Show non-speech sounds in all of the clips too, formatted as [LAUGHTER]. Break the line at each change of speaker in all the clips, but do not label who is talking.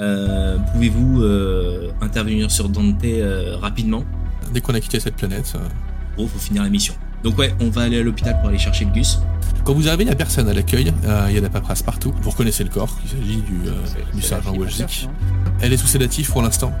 Euh, Pouvez-vous euh, intervenir sur Dante euh, rapidement
Dès qu'on a quitté cette planète. euh,
En gros, faut finir la mission. Donc ouais, on va aller à l'hôpital pour aller chercher le Gus.
Quand vous arrivez, il n'y a personne à l'accueil, euh, il y a de la paperasse partout. Vous reconnaissez le corps, il s'agit du, euh, du sergent Wojcik. Elle est sous sédatif pour l'instant.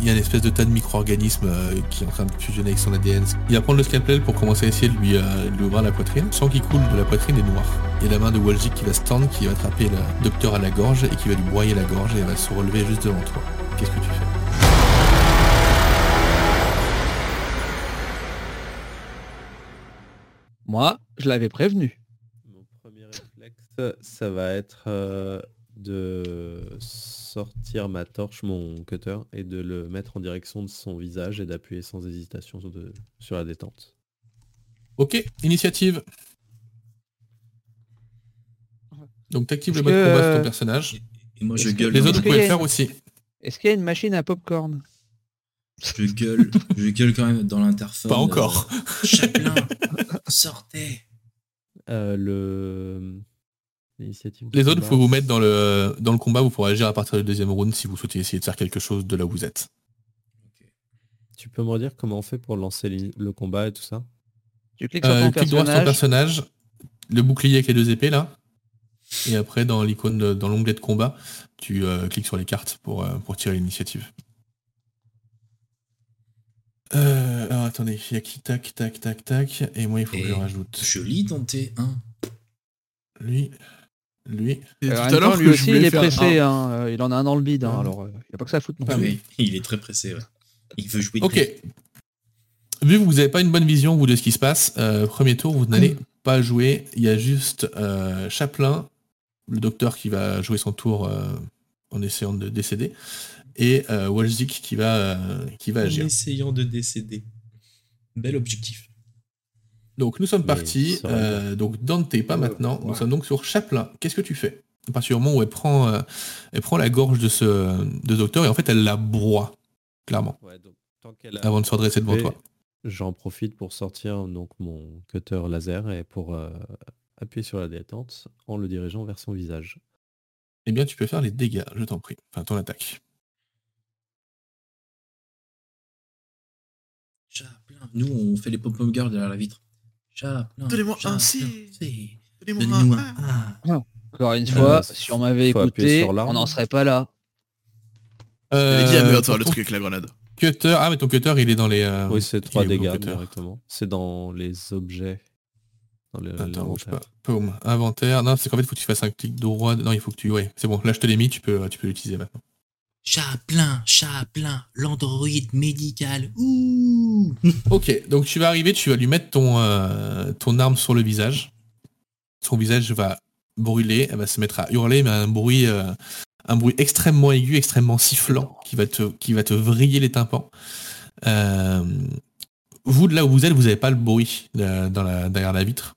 Il y a une espèce de tas de micro-organismes euh, qui est en train de fusionner avec son ADN. Il va prendre le scalpel pour commencer à essayer de lui, euh, de lui ouvrir la poitrine. Le sang qui coule de la poitrine est noir. Il y a la main de Wojcik qui va se tendre, qui va attraper le docteur à la gorge et qui va lui broyer la gorge et elle va se relever juste devant toi. Qu'est-ce que tu fais
Moi, je l'avais prévenu.
Mon premier réflexe, ça va être euh, de sortir ma torche, mon cutter, et de le mettre en direction de son visage et d'appuyer sans hésitation sur, de- sur la détente.
Ok, initiative. Donc t'actives le
Est-ce
mode
que,
combat sur ton
euh,
personnage.
Et moi, je
Est-ce que-
gueule.
Les
dans
autres, vous
la-
pouvez le faire aussi.
Est-ce qu'il y a une machine à popcorn
Je gueule. je gueule quand même dans l'interphone.
Pas encore.
euh, Chaplin, sortez.
Euh, le... euh, L'initiative. de
Les autres,
combat.
faut vous mettre dans le, dans le combat, vous pourrez agir à partir du deuxième round si vous souhaitez essayer de faire quelque chose de là où vous êtes.
Tu peux me redire comment on fait pour lancer l'in- le combat et tout ça
Tu cliques sur
Euh,
ton
clic droit sur
personnage.
le personnage, le bouclier avec les deux épées là, et après dans l'icône, de- dans l'onglet de combat, tu euh, cliques sur les cartes pour, euh, pour tirer l'initiative. Euh, alors attendez, il y a qui tac, tac, tac, tac, et moi il faut que
Et-
je rajoute
Je lis Dante, hein.
lui, lui,
Et
Euh, en
tout à
même temps,
l'heure,
lui
que
aussi,
je
il
voulais
est
faire
pressé. hein, euh, Il en a un dans le bide. hein,
Ouais.
Alors, il n'y a pas que ça à foutre non
Ah
plus.
oui.
Oui, il est très pressé. Ouais. Il veut jouer.
Ok. Vu que vous n'avez pas une bonne vision vous de ce qui se passe, euh, premier tour, vous n'allez pas jouer. Il y a juste euh, Chaplin, le docteur qui va jouer son tour euh, en essayant de décéder, et euh, Walzik qui va euh, qui va
En
agir.
essayant de décéder. Bel objectif.
Donc nous sommes
Mais
partis.
ça va.
euh, donc Dante, pas
Euh,
maintenant. Nous
ouais.
sommes donc sur Chaplin. Qu'est-ce que tu fais À partir du moment où elle prend euh, elle prend la gorge de ce de ce docteur et en fait elle la broie clairement
Ouais, donc tant qu'elle a-
avant de se redresser Ah devant
Mais-
toi.
J'en profite pour sortir donc mon cutter laser et pour euh, appuyer sur la détente en le dirigeant vers son visage.
Eh bien tu peux faire les dégâts. Je t'en prie. Enfin ton attaque.
Chaplin. Nous, on fait les pom-pom girls derrière la vitre. Chaplin.
Donnez-moi
Chaplin,
un C.
C.
Donnez-moi
Donne-nous
un-
un A.
Encore une
Euh,
fois, si on m'avait
faut appuyer
écouté,
sur l'arme.
on n'en serait pas là.
Euh,
Il y a mieux, toi,
ton-
le
ton
truc avec la grenade.
Cutter, ah mais ton cutter il est dans les. euh,
Ah oui, c'est
il est
3
où,
dégâts euh,
cutter
directement. C'est dans les objets. Dans le-
Attends, bouge
l'inventaire.
pas. Boum. Inventaire. Non, c'est qu'en fait faut que tu fasses un clic droit. Non, il faut que tu. Ouais, c'est bon. Là je te l'ai mis. Tu peux, tu peux l'utiliser maintenant.
Chaplin, Chaplin, l'androïde médical. Ouh.
ok, donc tu vas arriver, tu vas lui mettre ton euh, ton arme sur le visage. Son visage va brûler, elle va se mettre à hurler, mais un bruit euh, un bruit extrêmement aigu, extrêmement sifflant, qui va te qui va te vriller les tympans. Euh, vous de là où vous êtes, vous n'avez pas le bruit euh, dans la, derrière la vitre.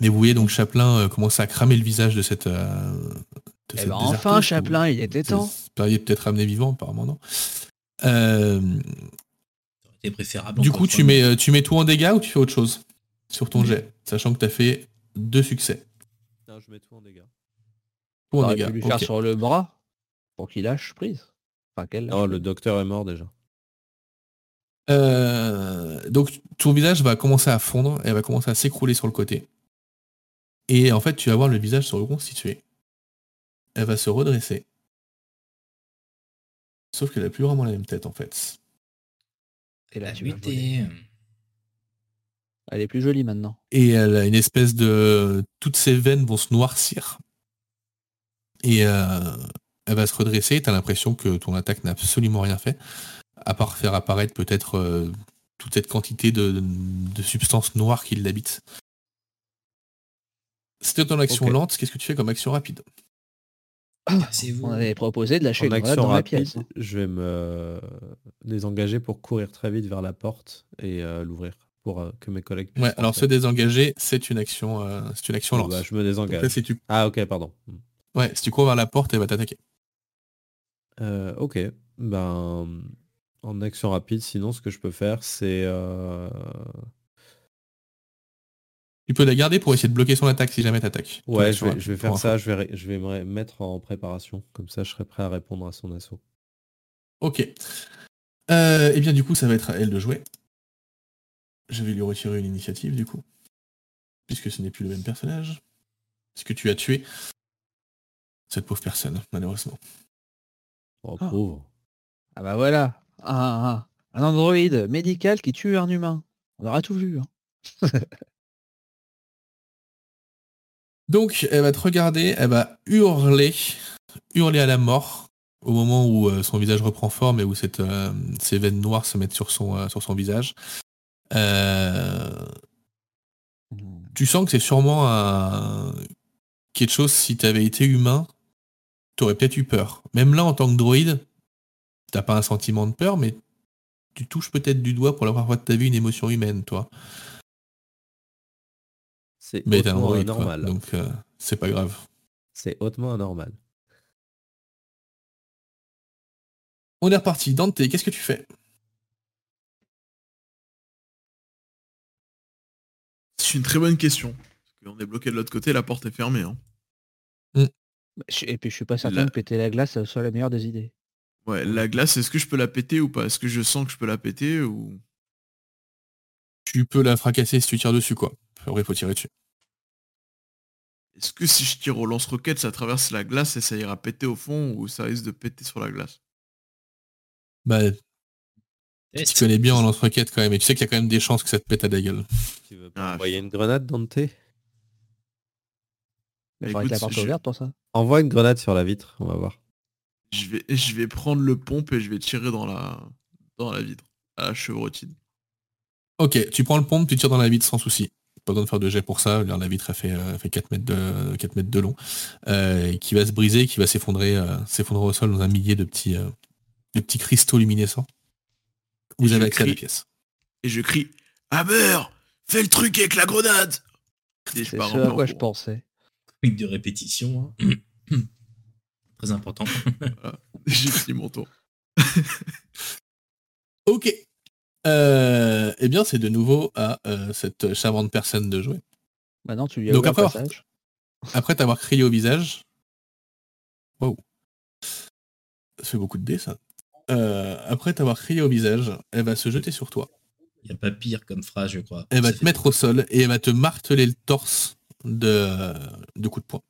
Mais vous voyez donc Chaplin euh, commencer à cramer le visage de cette. euh, de
Eh
cette
ben, enfin,
déserteuse.
Chaplin, il était temps.
Vous espériez peut-être ramener vivant, apparemment non. Euh,
C'est préférable.
du
encore
coup,
une
tu
fois.
mets, euh, tu mets tout en dégâts ou tu fais autre chose sur ton jet, sachant que tu as fait deux succès.
Non, je mets tout en dégâts.
Tout en
On aurait
dégâts.
pu lui faire
ok.
sur le bras pour qu'il lâche prise. Enfin, qu'elle lâche
Oh, le docteur est mort déjà.
Euh, donc ton visage va commencer à fondre et elle va commencer à s'écrouler sur le côté. Et en fait, tu vas voir le visage se reconstituer. Elle va se redresser. Sauf qu'elle a plus vraiment la même tête en fait.
Et là,
Ah,
tu m'as
putain.
volé. Elle est plus jolie maintenant.
Et elle a une espèce de... Toutes ses veines vont se noircir. Et euh, elle va se redresser. T'as l'impression que ton attaque n'a absolument rien fait. À part faire apparaître peut-être euh, toute cette quantité de, de substances noires qui l'habitent. C'était ton action
Ok.
lente. Qu'est-ce que tu fais comme action rapide Ah,
Cassez-vous.
On avait proposé de lâcher
En
une grenade
action
dans la
rapide,
pièce. hein.
je vais me désengager pour courir très vite vers la porte et euh, l'ouvrir pour euh, que mes collègues puissent
Ouais, alors se
rentrer.
désengager, c'est une action, euh, c'est une action
Bon,
lente.
bah, je me
Donc là,
désengage.
si tu,
Ah, ok, pardon.
ouais, si tu cours vers la porte, elle va t'attaquer.
Euh, ok, ben en action rapide, sinon ce que je peux faire c'est euh,
Tu peux la garder pour essayer de bloquer son attaque si jamais t'attaques. Ton
Ouais, je
action
vais, je vais faire
hein, pour
ça, je vais, ré- je vais me ré- mettre en préparation. Comme ça, je serai prêt à répondre à son assaut.
Ok. Euh, et bien du coup, ça va être à elle de jouer. Je vais lui retirer une initiative du coup. Puisque ce n'est plus le même personnage. Puisque tu as tué cette pauvre personne, malheureusement.
Oh,
Ah.
pauvre.
Ah bah voilà. Un, un, un androïde médical qui tue un humain. On aura tout vu. hein.
Donc, elle va te regarder, elle va hurler, hurler à la mort au moment où euh, son visage reprend forme et où cette, euh, ses veines noires se mettent sur son, euh, sur son visage. Euh, tu sens que c'est sûrement un... quelque chose, si tu avais été humain, t'aurais peut-être eu peur. Même là, en tant que droïde, t'as pas un sentiment de peur, mais tu touches peut-être du doigt pour la première fois de ta vie une émotion humaine, toi.
C'est
Mais t'es un
hautement
droïde, quoi.
anormal.
donc euh, c'est pas grave.
C'est hautement anormal.
On est reparti. Dante, qu'est-ce que tu fais
C'est une très bonne question. On est bloqué de l'autre côté, la porte est fermée. hein.
Bah, je- Et puis je suis pas
La-
certain que péter la glace euh, soit la meilleure des idées.
Ouais, la glace, est-ce que je peux la péter ou pas Est-ce que je sens que je peux la péter ou
Tu peux la fracasser si tu tires dessus, quoi. Après, il faut tirer dessus.
est-ce que si je tire au lance-roquette, ça traverse la glace et ça ira péter au fond ou ça risque de péter sur la glace
Bah, tu connais bien en lance-roquette quand même, et tu sais qu'il y a quand même des chances que ça te pète à la gueule.
Tu veux
Ah,
envoyer une grenade, Dante
Il
Bah,
faudrait que la
écoute,
porte
je-
soit ouverte pour ça.
Envoie une grenade sur la vitre, on va voir.
Je vais, je vais prendre le pompe et je vais tirer dans la, dans la vitre, à la chevrotine.
Ok, tu prends le pompe, tu tires dans la vitre sans souci. Pas besoin de faire de jet pour ça, la vitre a fait, euh, fait 4, mètres de, 4 mètres de long, euh, et qui va se briser, qui va s'effondrer euh, s'effondrer au sol dans un millier de petits, euh, de petits cristaux luminescents. Vous
Je
avez accès à la
crie.
pièce.
Et je crie Hammer Fais le truc avec la grenade Et
C'est
pars en
ce à
courant.
quoi
[LAUGHS]
je pensais.
Truc de répétition. hein. [COUGHS] Très important.
J'ai fini mon tour.
Ok. Euh, eh bien, c'est de nouveau à euh, cette charmante personne de jouer.
Maintenant tu lui as
Donc
ouvert
après
le
avoir-
passage.
Après t'avoir crié au visage. Waouh. Ça fait beaucoup de dés, ça. Euh, après t'avoir crié au visage, elle va se jeter sur toi.
Il n'y a pas pire comme phrase, je crois.
Elle va
Ça
te
fait-
mettre au sol et elle va te marteler le torse de, de coups de poing.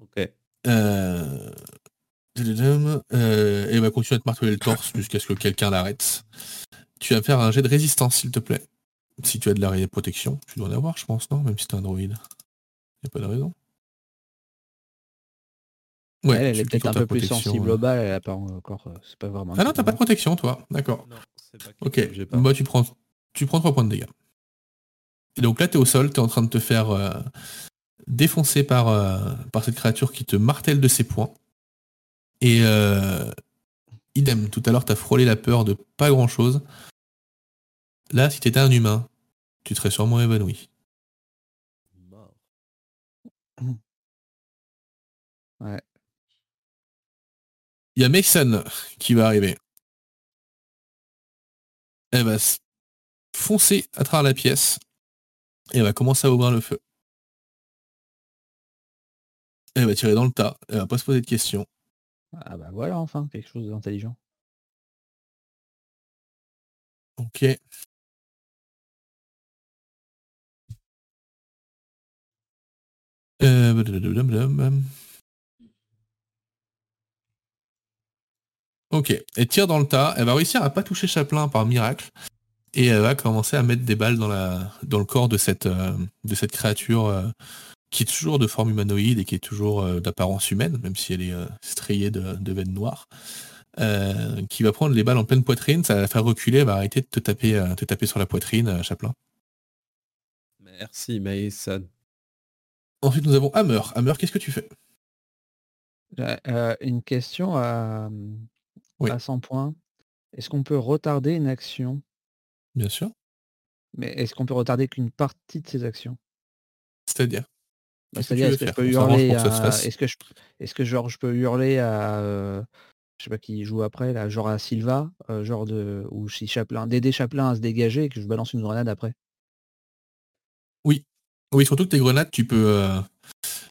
Ok.
Euh, tadadam, euh, et elle va continuer à te marteler le
[LAUGHS]
torse jusqu'à ce que quelqu'un l'arrête. Tu vas me faire un jet de résistance, s'il te plaît. Si tu as de la protection, tu dois en avoir, je pense, non Même si t'es un droïde. Y a pas de raison. Ouais,
elle, elle
tu-
est
tu
peut-être
tends
un
ta
peu plus
protection,
sensible
euh.
au bal, elle a pas encore. euh, C'est pas vraiment.
Ah non, t'as pas de protection, toi. D'accord.
Non, c'est pas
Ok.
J'ai pas.
Bah, tu prends, tu prends 3 points de dégâts. Et donc là, t'es au sol, t'es en train de te faire euh, défoncer par, euh, par cette créature qui te martèle de ses points. Et euh, idem, tout à l'heure, t'as frôlé la peur de pas grand chose. Là, si t'étais un humain, tu serais sûrement évanoui.
Mort.
Il y a Mason qui va arriver. Elle va s- foncer à travers la pièce et elle va commencer à ouvrir le feu. Elle va tirer dans le tas, elle va pas se poser de questions.
Ah bah voilà enfin quelque chose d'intelligent.
Ok. Euh, blablabla. Ok, elle tire dans le tas, elle va réussir à pas toucher Chaplin par miracle, et elle va commencer à mettre des balles dans, la, dans le corps de cette, euh, de cette créature euh, qui est toujours de forme humanoïde et qui est toujours euh, d'apparence humaine, même si elle est euh, striée de, de veines noires euh, qui va prendre les balles en pleine poitrine, ça va la faire reculer, elle va arrêter de te taper, euh, te taper sur la poitrine, euh, Chaplin.
Merci, Maïsan.
Ensuite, nous avons Hammer. Hammer, qu'est-ce que tu fais
Euh, euh, une question à, mmh,
Oui.
à 100 points. Est-ce qu'on peut retarder une action
Bien sûr.
Mais est-ce qu'on peut retarder qu'une partie de ces actions
C'est-à-dire
Bah,
Qu'est-ce que tu
C'est-à-dire,
veux
est-ce que je
faire
peux
On s'arrange
hurler
pour que ça se
à...
fasse.
Est-ce que, je... est que genre, je peux hurler à... euh, Je sais pas qui joue après, là, genre à Silva, euh, genre de... Ou si Chaplin... D'aider Chaplin à se dégager et que je balance une grenade après.
Oui, surtout que tes grenades, tu peux, euh,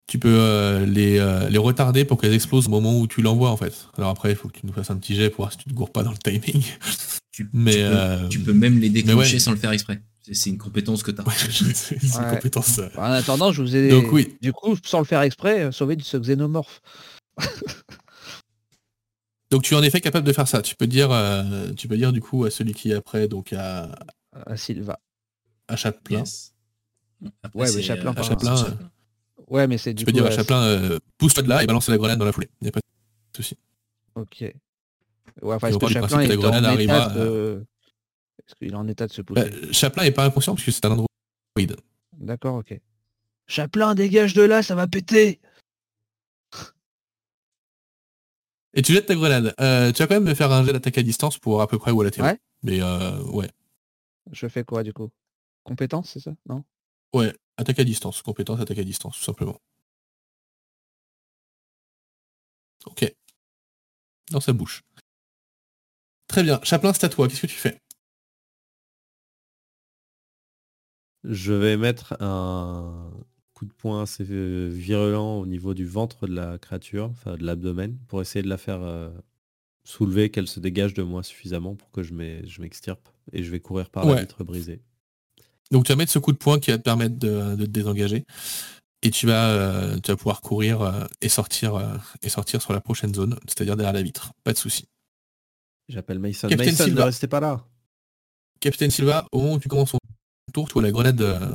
tu peux euh, les, euh, les retarder pour qu'elles explosent au moment où tu l'envoies, en fait. Alors après, il faut que tu nous fasses un petit jet pour voir si tu te gourres pas dans le timing. [LAUGHS]
Tu,
Mais,
tu, peux,
euh,
tu peux même les déclencher
ouais.
sans le faire exprès. C'est- C'est une compétence que t'as.
[LAUGHS] Ouais, c'est une
Ouais.
compétence. euh.
Bah, En attendant, je vous ai.
Donc oui,
Du coup, sans le faire exprès, euh, sauvé de ce xénomorphe.
donc tu es en effet capable de faire ça. Tu peux dire, euh, tu peux dire du coup à celui qui est après, donc à,
Ah, Silva.
à Chaplin.
Yes. Après,
Ouais,
c'est,
mais Chaplin,
euh,
pardon.
Chaplin,
c'est
Ouais, mais c'est du
Tu peux
coup,
dire à
euh,
Chaplin, euh, pousse-toi de là et balance la grenade dans la foulée. Y a pas de souci.
Ok. Ouais, enfin,
Et
est-ce
on
que
part du
Chaplin
principe que la
est en
grenade
état
arrivera,
de... Est-ce qu'il est en état de se pousser
Bah, Chaplin est pas inconscient parce que c'est un android.
D'accord, ok. Chaplin, dégage de là, ça va péter
Et tu jettes ta grenade. Euh, tu vas quand même me faire un jet d'attaque à distance pour voir à peu près où elle atterrit.
Ouais.
Mais euh, ouais,
Je fais quoi, du coup Compétence, c'est ça Non
attaque à distance, compétence, attaque à distance, tout simplement. Ok. Dans sa bouche. Très bien. Chaplin, c'est à toi. Qu'est-ce que tu fais
Je vais mettre un coup de poing assez euh, virulent au niveau du ventre de la créature, enfin de l'abdomen, pour essayer de la faire euh, soulever, qu'elle se dégage de moi suffisamment pour que je m'e- je m'extirpe. Et je vais courir par
Ouais.
la vitre brisée.
Donc tu vas mettre ce coup de poing qui va te permettre de, de te désengager. Et tu vas, euh, tu vas pouvoir courir euh, et, sortir, euh, et sortir sur la prochaine zone, c'est-à-dire derrière la vitre. Pas de souci.
J'appelle Mason.
Captain
Mason, ne
Silva.
restez pas là
Capitaine Silva, au moment où tu commences ton tour, tu vois la grenade euh,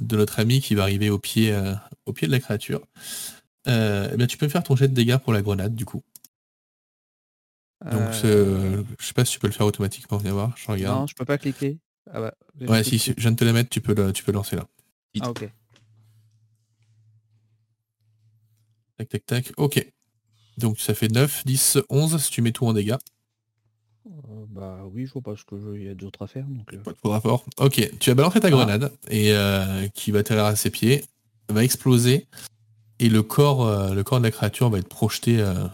de notre ami qui va arriver au pied, euh, au pied de la créature. Euh, eh bien, tu peux me faire ton jet de dégâts pour la grenade, du coup. Donc,
Euh,
c'est, euh, je sais pas si tu peux le faire automatiquement, viens voir, je regarde.
Non, je peux pas cliquer. Ah bah. j'ai
ouais, si,
cliqué.
si, je viens de te la mettre, tu peux, le, tu peux lancer là.
Ah, ok.
Tac, tac, tac. Ok. Donc, ça fait 9, 10, 11, si tu mets tout en dégâts.
Euh, bah oui, je vois pas ce que je... Il y a d'autres à faire, donc... euh,
Pas de faux rapport. Ok, tu as balancé
Ah.
ta grenade et euh, qui va atterrir à ses pieds, va exploser et le corps, euh, le corps de la créature va être projeté, euh,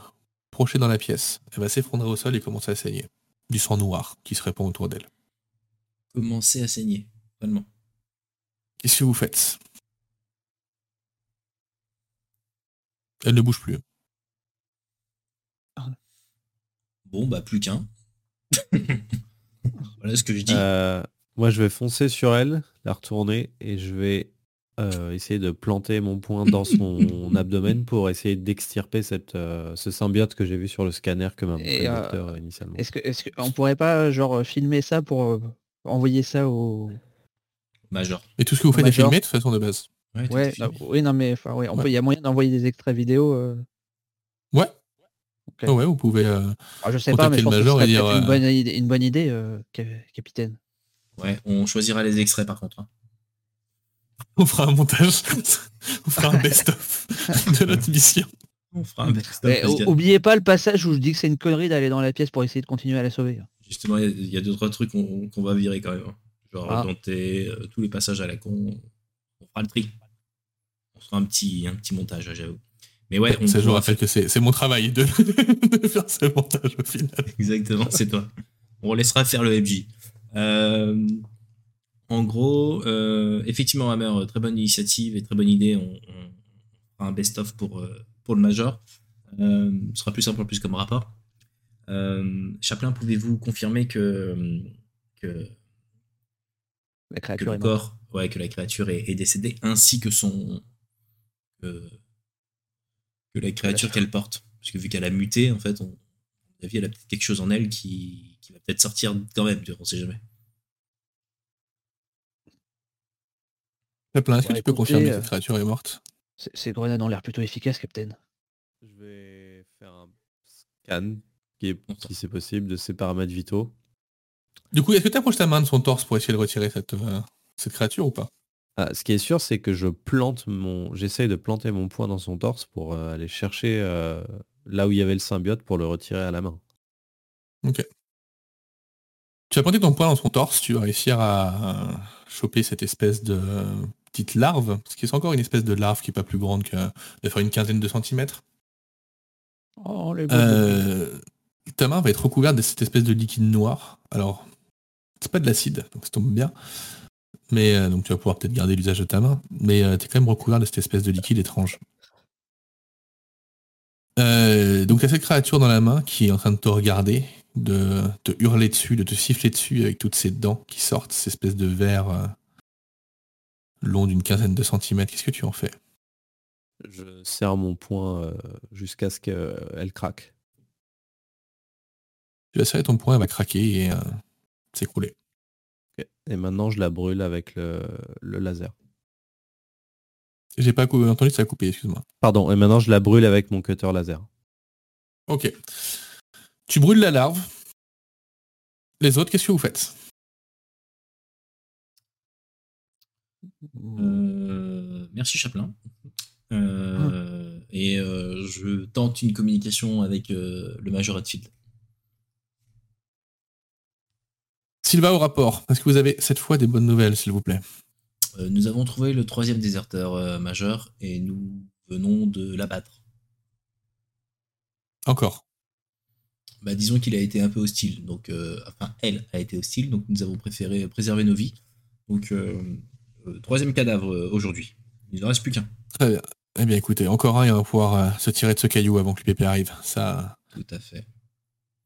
projeté dans la pièce. Elle va s'effondrer au sol et commencer à saigner. Du sang noir qui se répand autour d'elle.
Commencer à saigner. Vraiment.
Qu'est-ce que vous faites Elle ne bouge plus.
Bon, bah, plus qu'un. [LAUGHS] voilà ce que je dis.
Euh, moi, je vais foncer sur elle, la retourner, et je vais euh, essayer de planter mon poing
[LAUGHS]
dans son abdomen pour essayer d'extirper cette, euh, ce symbiote que j'ai vu sur le scanner que m'a montré
Et,
le
euh,
docteur euh, initialement.
Est-ce que, est-ce que, on pourrait pas euh, genre filmer ça pour euh, envoyer ça au.
Major.
Et tout ce que vous faites est
Major.
filmé de toute façon de base.
tout à
Ouais, bah,
fait.
non, oui, non, mais enfin, ouais, on
Ouais.
peut, il y a moyen d'envoyer des extraits vidéo. euh,
Ouais.
Ok.
Ouais, vous pouvez. euh, [LAUGHS]
ah, je sais pas, mais je
Contacter le
pense
major
que ce
et
serait
dire,
peut-être une,
euh,
bonne idée, une bonne idée, euh, ca- capitaine.
Ouais, on choisira les extraits par contre. hein.
on fera un montage. [LAUGHS] on fera un
[LAUGHS]
best-of de notre mission.
On fera un best-of,
Mais
parce
ou-
que,
oubliez pas le passage où je dis que c'est une connerie d'aller dans la pièce pour essayer de continuer à la sauver. hein,
Justement, il y a- il y, a deux, trois trucs qu'on qu'on va virer quand même. hein. Genre,
Ah.
dans tes- euh, tous les passages à la con, on fera le tri. On fera un petit, un petit montage, hein, j'avoue. Mais ouais, on
Ça, je vous
pourra
rappelle que c'est c'est mon travail de, [LAUGHS] de faire ce montage au final.
[LAUGHS] Exactement, c'est toi. On laissera faire le FJ. Euh, en gros, euh, effectivement, Hammer, euh, très bonne initiative et très bonne idée. On, on fera un best-of pour, euh, pour le Major. Euh, ce sera plus simple en plus comme rapport. Euh, Chaplin, pouvez-vous confirmer que, euh, que,
La
que
créature
le
est morte.
corps, ouais, que la créature est, est décédée, ainsi que son. que- que la créature qu'elle porte. Parce que vu qu'elle a muté, en fait, on, à mon avis, elle a peut-être quelque chose en elle qui, qui va peut-être sortir quand même, tu vois, on sait jamais.
Chaplin, est-ce que
Ouais,
tu peux
écoutez,
confirmer que
euh,
cette créature est morte
Ces- Ces grenades ont l'air plutôt efficaces, capitaine.
Je vais faire un scan, qui est, si c'est possible, de ses paramètres vitaux.
Du coup, est-ce que tu approches ta main de son torse pour essayer de retirer cette, euh, cette créature ou pas
Ah, ce qui est sûr, c'est que je plante mon, j'essaye de planter mon poing dans son torse pour euh, aller chercher euh, là où il y avait le symbiote pour le retirer à la main.
Tu vas planter ton poing dans son torse, tu vas réussir à euh, choper cette espèce de euh, petite larve, parce qu'il c'est encore une espèce de larve qui est pas plus grande que de faire une quinzaine de centimètres.
Oh, les
Euh, ta main va être recouverte de cette espèce de liquide noir. Alors, c'est pas de l'acide, donc ça tombe bien. Mais euh, donc tu vas pouvoir peut-être garder l'usage de ta main, mais euh, t'es quand même recouvert de cette espèce de liquide étrange. Euh, donc t'as cette créature dans la main qui est en train de te regarder, de te hurler dessus, de te siffler dessus avec toutes ses dents qui sortent, cette espèce de verre euh, long d'une quinzaine de centimètres. Qu'est-ce que tu en fais
Je serre mon poing euh, jusqu'à ce qu'elle craque.
Tu vas serrer ton poing, elle va craquer et euh, s'écrouler.
Et maintenant, je la brûle avec le, le laser.
J'ai pas cou- entendu, ça a coupé, excuse-moi.
Pardon, et maintenant, je la brûle avec mon cutter laser.
Ok. Tu brûles la larve. Les autres, qu'est-ce que vous faites
Euh, merci Chaplin. Euh, Et euh, je tente une communication avec euh, le Major Hatfield.
Sylvain au rapport. Est-ce que vous avez cette fois des bonnes nouvelles, s'il vous plaît
Euh, nous avons trouvé le troisième déserteur euh, majeur et nous venons de l'abattre.
Encore.
Bah, disons qu'il a été un peu hostile, donc euh, enfin elle a été hostile, donc nous avons préféré préserver nos vies. Donc euh, euh, troisième cadavre euh, aujourd'hui. Il ne reste plus qu'un.
Très bien. Eh bien, écoutez, encore un et on va pouvoir euh, se tirer de ce caillou avant que le pépé arrive. Ça,
Tout à fait.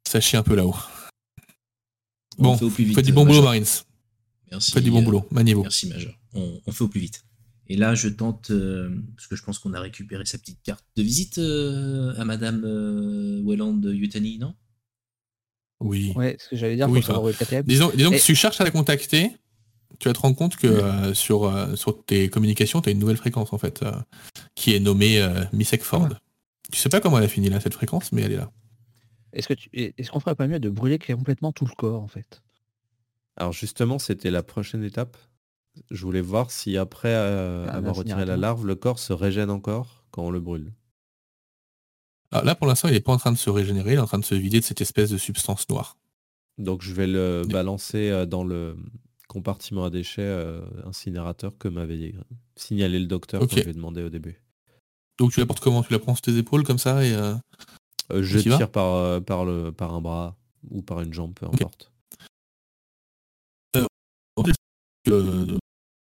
ça chie un peu là-haut.
On
Bon,
fait au plus vite.
Faites du bon
euh,
boulot,
Major.
Marines.
Merci.
Faites du bon
euh,
boulot. Maniez-vous.
Merci Major. On, on fait au plus vite. Et là, je tente, euh, parce que je pense qu'on a récupéré sa petite carte de visite euh, à Madame euh, Welland Yutani, non
Oui.
Ouais, ce que j'allais dire,
Oui,
faut savoir où est le KTM.
Disons, disons
Et-
que si tu cherches à la contacter, tu vas te rendre compte que euh, sur, euh, sur tes communications, tu as une nouvelle fréquence, en fait, euh, qui est nommée euh, Miss Eckford. Tu sais pas comment elle a fini là, cette fréquence, mais elle est là.
Est-ce que tu- est-ce qu'on ferait pas mieux de brûler complètement tout le corps en fait
Alors justement, c'était la prochaine étape. Je voulais voir si après euh,
Ah,
avoir retiré la
l'incinérateur.
larve, le corps se régène encore quand on le brûle.
Alors là, pour l'instant, il est pas en train de se régénérer, il est en train de se vider de cette espèce de substance noire.
Donc je vais le
Des-
balancer euh, dans le compartiment à déchets euh, incinérateur que m'avait signalé le docteur
Ok.
quand je lui ai demandé au début.
Donc tu la portes comment Tu la prends sur tes épaules comme ça et euh,
Euh, je
T'y vas
tire par, euh, par, le, par un bras ou par une jambe, peu importe.
euh, le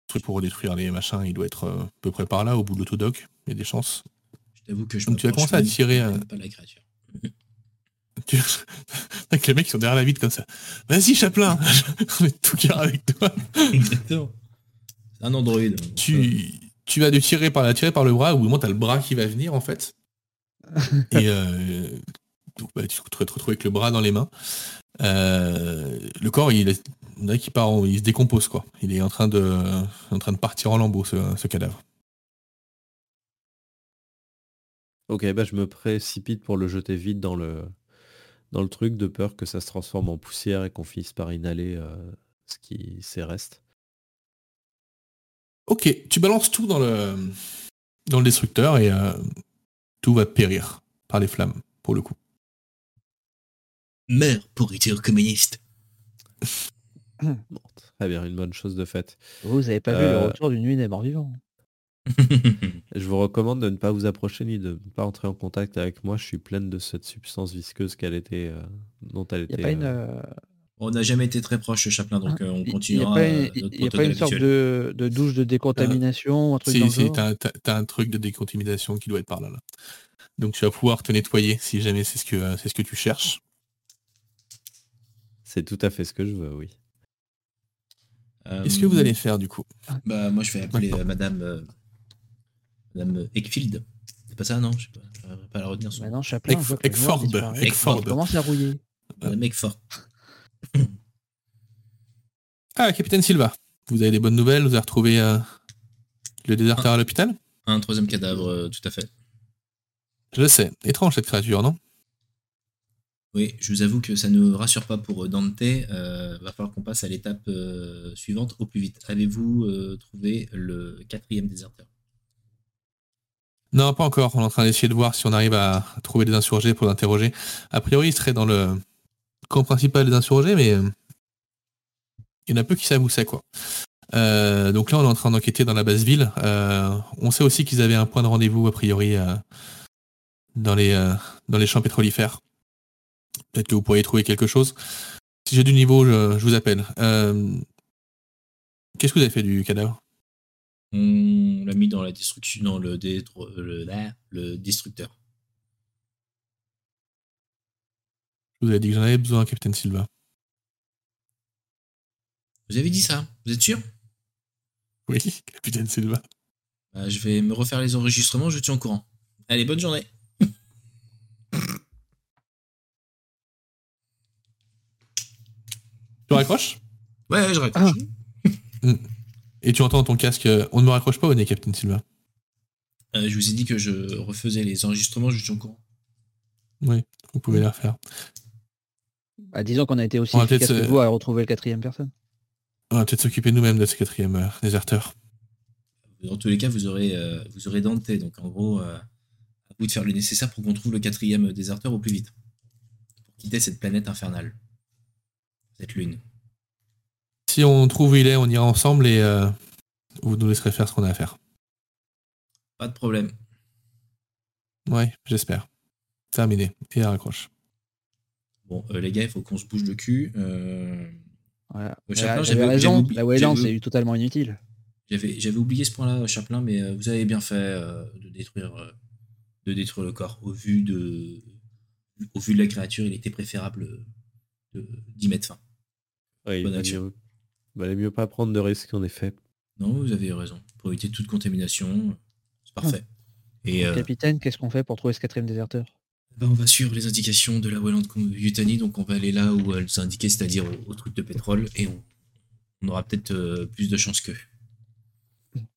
truc pour détruire les machins, il doit être euh, à peu près par là, au bout de l'autodoc. Il y a des chances. [LAUGHS]
Je t'avoue que je
Donc tu as
m'approche
commencé à
même-
tirer,
même
euh,
pas la créature.
[COUGHS] Tu... Avec les mecs qui sont derrière la vitre comme ça. Vas-y, Chaplin, [LAUGHS] on est tout cœur avec toi.
Exactement. C'est un androïde. euh.
tu, tu vas le tirer par, la tirer par le bras, ou au moment t'as le bras qui va venir en
[LAUGHS]
fait. Et euh, donc, bah, tu te te retrouves avec le bras dans les mains. Euh, le corps, il, est- on dirait qu'il part en- il se décompose quoi. Il est en train de, en train de partir en lambeaux ce, ce cadavre.
Ok, bah, je me précipite pour le jeter vite dans le, dans le truc de peur que ça se transforme en poussière et qu'on finisse par inhaler euh, ce qui s'est reste.
Ok, tu balances tout dans le, dans le destructeur et euh, tout va périr par les flammes pour le coup.
Meurs, pourriture [LAUGHS] communiste.
Bon, très bien, une bonne chose de faite.
Vous avez pas vu
Euh,
le retour d'une nuit des morts vivants
Je vous recommande de ne pas vous approcher ni de ne pas entrer en contact avec moi. Je suis pleine de cette substance visqueuse qu'elle était, euh, dont elle
Il
était.
n'y a pas une,
euh,
euh,
on n'a jamais été très proche, Chaplin, donc euh, on
Ah, y- y a
continuera
pas
euh,
une-
notre
y- y a pas
protocole
une sorte
habituel.
de, de douche de décontamination ou un truc dans
Si,
le
si,
genre Bah
t'as un- t'as- t'as un truc de décontamination qui doit être par là, là. Donc tu vas pouvoir te nettoyer si jamais c'est ce que euh, c'est ce que tu cherches.
euh,
C'est tout à fait ce que je veux, oui.
Euh,
Qu'est-ce que vous allez faire du coup
Bah, moi, je vais appeler
Maintenant.
euh, Madame. euh, Madame Eckfield. C'est pas ça, non Je sais pas. j'arriverai pas à la retenir. Son...
Maintenant, Chaplin, je vois que le noir
Eckford,
disparaît.
Eckford.
Il commence à rouiller.
Madame Eckford.
Ah, capitaine Silva, vous avez des bonnes nouvelles, vous avez retrouvé euh, le déserteur à l'hôpital
Un troisième cadavre, euh, tout à fait.
Je le sais, étrange cette créature, non
Oui, je vous avoue que ça ne rassure pas pour Dante. Euh, va falloir qu'on passe à l'étape euh, suivante au plus vite. Avez-vous euh, trouvé le quatrième déserteur
Non, pas encore, on est en train d'essayer de voir si on arrive à trouver des insurgés pour l'interroger. A priori, il serait dans le camp principal des insurgés, mais euh, il y en a peu qui savent où c'est, quoi. Euh, donc là, on est en train d'enquêter dans la base ville. Euh, on sait aussi qu'ils avaient un point de rendez-vous, a priori, euh, dans, les, euh, dans les champs pétrolifères. Peut-être que vous pourriez trouver quelque chose. Si j'ai du niveau, je, je vous appelle. Euh, Qu'est-ce que vous avez fait du cadavre
On l'a mis dans la destruction, dans le, détro- le, la- le destructeur.
Je vous avais dit que j'en avais besoin, Capitaine Silva.
Vous avez dit ça Vous êtes sûr
Oui, [LAUGHS] Capitaine Silva.
Bah, Je vais me refaire les enregistrements, je tiens au courant. Allez, bonne journée.
Tu raccroches
Ouais, ouais, je raccroche.
et tu entends ton casque. euh, On ne me raccroche pas au nez, Capitaine Silva.
Euh, je vous ai dit que je refaisais les enregistrements, je tiens au courant.
Vous pouvez les refaire.
Bah, disons qu'on a été aussi
On va
efficace
peut-être
que
se-
vous à retrouver le quatrième personne.
On va peut-être s'occuper nous-mêmes de ce quatrième euh, déserteur.
Dans tous les cas, vous aurez, euh, vous aurez Dante. Donc, en gros, euh, à vous de faire le nécessaire pour qu'on trouve le quatrième déserteur au plus vite. Pour quitter cette planète infernale. Cette lune.
Si on trouve où il est, on ira ensemble et euh, vous nous laisserez faire ce qu'on a à faire.
Pas de problème.
Ouais, j'espère. Terminé. Et elle raccroche.
Bon, euh, les gars, il faut qu'on se bouge le cul. Euh,
Voilà.
Au
Mais
Chaplin,
là,
j'avais-
j'avais
j'avais
raison,
oublié-
la Wayland,
j'avais-
c'est totalement inutile.
J'avais j'avais oublié ce point-là, Chaplin, mais euh, vous avez bien fait euh, de, détruire, euh, de détruire le corps. Au vu, de, au vu de la créature, il était préférable euh, de- d'y mettre fin.
Ouais, il
Bonne
valait
action.
mieux- valait mieux pas prendre de risques en effet.
Non, vous avez raison. Pour éviter toute contamination, c'est parfait. Et euh,
Capitaine, qu'est-ce qu'on fait pour trouver ce quatrième déserteur
ben, on va suivre les indications de la Welland Yutani, donc on va aller là où elle s'est indiquée, c'est-à-dire au, au truc de pétrole, et on, on aura peut-être euh, plus de chances qu'eux.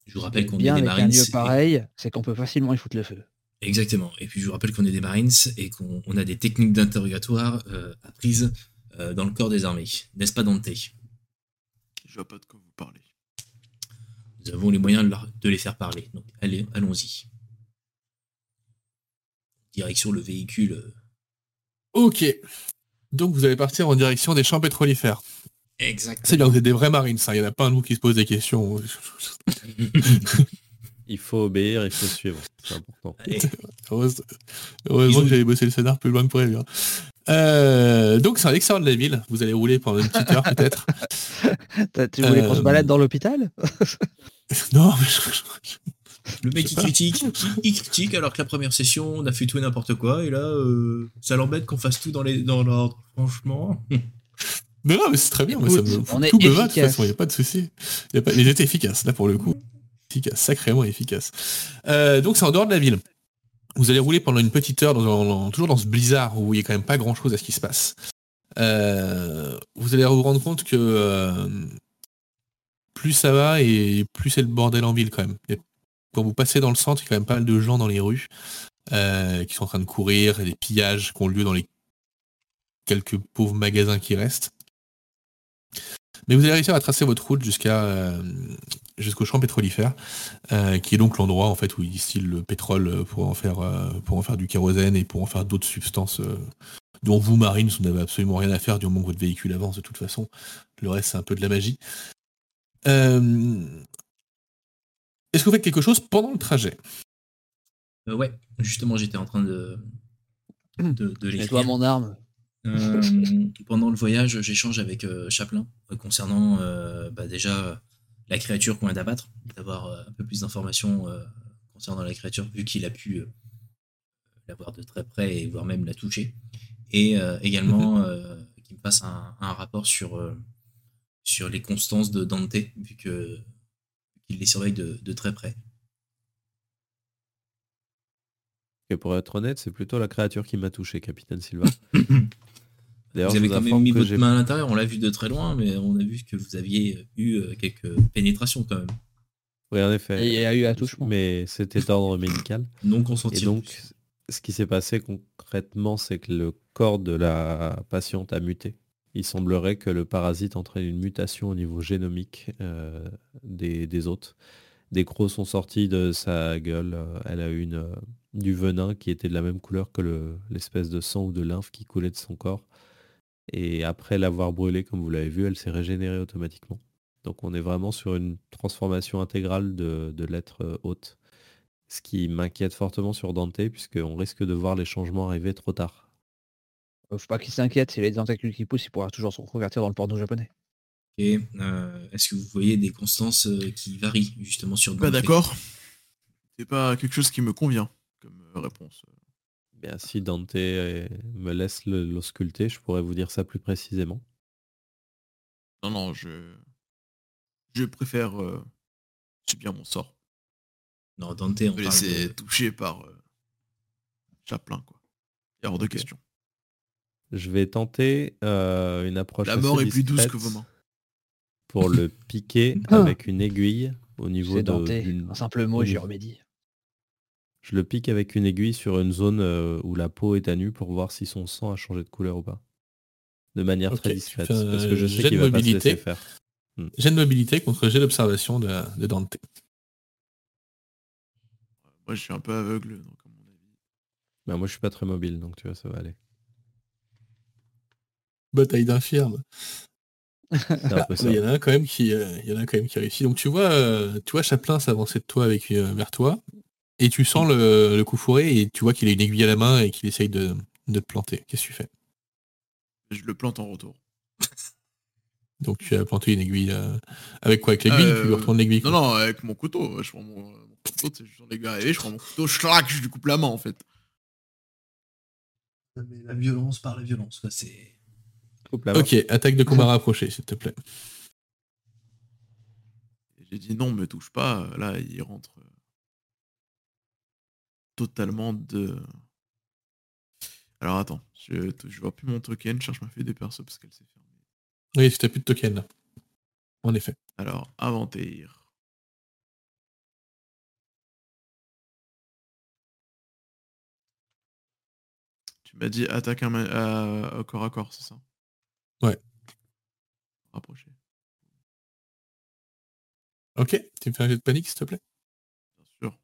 Je vous rappelle qu'on est
Bien
des
avec un
Marines.
lieu
et-
pareil, c'est qu'on peut facilement y foutre le feu. [LAUGHS]
Exactement. Et puis je vous rappelle qu'on est des Marines et qu'on on a des techniques d'interrogatoire euh, apprises euh, dans le corps des armées. N'est-ce pas Dante
Je vois pas de quoi vous parlez.
Nous avons les moyens de, leur- de les faire parler. Donc allez, allons-y. Direction le véhicule. euh,
Ok. Donc vous allez partir en direction des champs pétrolifères.
Exact.
C'est bien, vous êtes des vrais marines, ça. Il n'y en a pas un de vous qui se pose des questions.
Il faut obéir, il faut suivre. C'est important.
Allez,
Heureuse-
Ils
Heureusement
ont-
que j'avais bossé le scénar plus loin que prévu. hein. Euh, donc c'est à l'extérieur de la ville. Vous allez rouler pendant
[LAUGHS]
une petite heure peut-être.
T'as- Tu voulais qu'on
Euh,
se balade dans l'hôpital
non, mais je-
[LAUGHS] le mec
Je sais
il
pas.
critique, il critique alors que la première session on a fait tout et n'importe quoi et là euh, ça l'embête qu'on fasse tout dans les dans l'ordre. Franchement,
non, non, mais c'est très bien. mais
Écoute,
ça me-
on est
tout me va de toute
efficace.
façon. Il n'y a pas de souci. Il y a pas- Ils étaient efficaces là pour le coup. Efficace, sacrément efficace. Euh, donc c'est en dehors de la ville. Vous allez rouler pendant une petite heure, dans, dans- toujours dans ce blizzard où il n'y a quand même pas grand-chose à ce qui se passe. Euh, vous allez vous rendre compte que euh, plus ça va et plus c'est le bordel en ville quand même. Et quand vous passez dans le centre, il y a quand même pas mal de gens dans les rues euh, qui sont en train de courir, et des pillages qui ont lieu dans les quelques pauvres magasins qui restent. Mais vous allez réussir à tracer votre route jusqu'à euh, jusqu'au champ pétrolifère, euh, qui est donc l'endroit en fait où ils distillent le pétrole euh, pour en faire euh, pour en faire du kérosène et pour en faire d'autres substances euh, dont vous marines vous n'avez absolument rien à faire du moment que votre véhicule avance de toute façon. Le reste c'est un peu de la magie. Euh, Est-ce que vous faites quelque chose pendant le trajet
Euh, ouais, justement j'étais en train de de, de
Et
l'écrire.
toi, mon arme.
Euh, pendant le voyage, j'échange avec euh, Chaplin euh, concernant euh, bah, déjà euh, la créature qu'on vient d'abattre, d'avoir euh, un peu plus d'informations euh, concernant la créature, vu qu'il a pu euh, la voir de très près et voire même la toucher. Et euh,
Mhm.
également euh, qu'il me fasse un, un rapport sur, euh, sur les constances de Dante, vu que qu'il les surveille de, de très près.
Et pour être honnête, c'est plutôt la créature qui m'a touché, Capitaine Silva.
[COUGHS]
D'ailleurs,
Vous avez
je vous
quand même
informe
mis
que
votre
j'ai-
main à l'intérieur, on l'a vu de très loin, mais on a vu que vous aviez eu euh, quelques pénétrations quand même,
Oui, en
Et
effet.
il y a eu un touchement.
Mais c'était d'ordre médical.
non
Et
consenties.
donc, ce qui s'est passé concrètement, c'est que le corps de la patiente a muté. Il semblerait que le parasite entraîne une mutation au niveau génomique euh, des, des hôtes. Des crocs sont sortis de sa gueule. euh, Elle a eu une, euh, du venin qui était de la même couleur que le- l'espèce de sang ou de lymphe qui coulait de son corps. Et après l'avoir brûlée, comme vous l'avez vu, elle s'est régénérée automatiquement. Donc on est vraiment sur une transformation intégrale de, de l'être euh, hôte ce qui m'inquiète fortement sur Dante, puisqu'on risque de voir les changements arriver trop tard.
Euh, Faut pas qu'il s'inquiète, s'il a des tentacules qui poussent, il pourra toujours se reconvertir dans le porno japonais.
Et euh, est-ce que vous voyez des constances euh, qui varient justement sur
Pas
d'autres
d'accord. C'est pas quelque chose qui me convient comme euh, réponse.
Eh Bien, si Dante euh, me laisse le- l'ausculter, je pourrais vous dire ça plus précisément.
Non, non, je. Je préfère euh, subir mon sort.
Non, Dante, on
Me
parle
laisser
de-
toucher par euh, Chaplin, quoi. Il y a hors de
Ok.
question.
Je vais tenter euh, une approche
La mort
assez
est plus douce
discrète
que vos mains.
pour le piquer
Ah.
avec une aiguille au niveau
C'est Dante.
de, d'une-
Un simple mot, j'y
niveau-
remédie.
Je le pique avec une aiguille sur une zone euh, où la peau est à nu pour voir si son sang a changé de couleur ou pas. De manière
Ok,
très
tu
discrète.
fais un
Parce que je
jet
sais
de
qu'il va pas se
mobilité.
laisser faire.
Jet de mobilité contre jet d'observation de, de Dante.
Moi, je suis un peu aveugle, donc à mon avis.
Bah, moi je suis pas très mobile, donc tu vois, ça va
[LAUGHS]
aller.
Bataille d'infirme.
C'est un peu ça.
Il y en a un quand même qui, euh, il y en a un quand même qui réussit. Donc tu vois, euh, tu vois Chaplin s'avancer de toi avec euh, vers toi, et tu sens le, le coup fourré et tu vois qu'il a une aiguille à la main et qu'il essaye de, de te planter. Qu'est-ce que tu fais
Je le plante en retour.
Donc tu as planté une aiguille euh, avec quoi Avec l'aiguille
Euh,
Tu lui retournes l'aiguille
Non,
quoi.
non, avec mon couteau. Je prends mon, mon couteau, tu sais, j'en ai arrivé, je prends mon couteau, schlac, je lui coupe la main, en fait.
Mais la violence par la violence, quoi, c'est.
Coupe la main.
Ok, attaque de combat rapproché, s'il te plaît.
Et J'ai dit non, me touche pas. Là, il rentre euh, totalement de. Alors attends, je, je vois plus mon token, je cherche ma feuille de perso parce qu'elle s'est fermée.
Oui, tu n'as plus de token là. En effet.
Alors, inventaire. Tu m'as dit attaque un ma- à- au corps à corps, c'est ça
Ouais.
Rapproché.
Ok, tu me fais un jet de panique, s'il te plaît.
Bien sûr.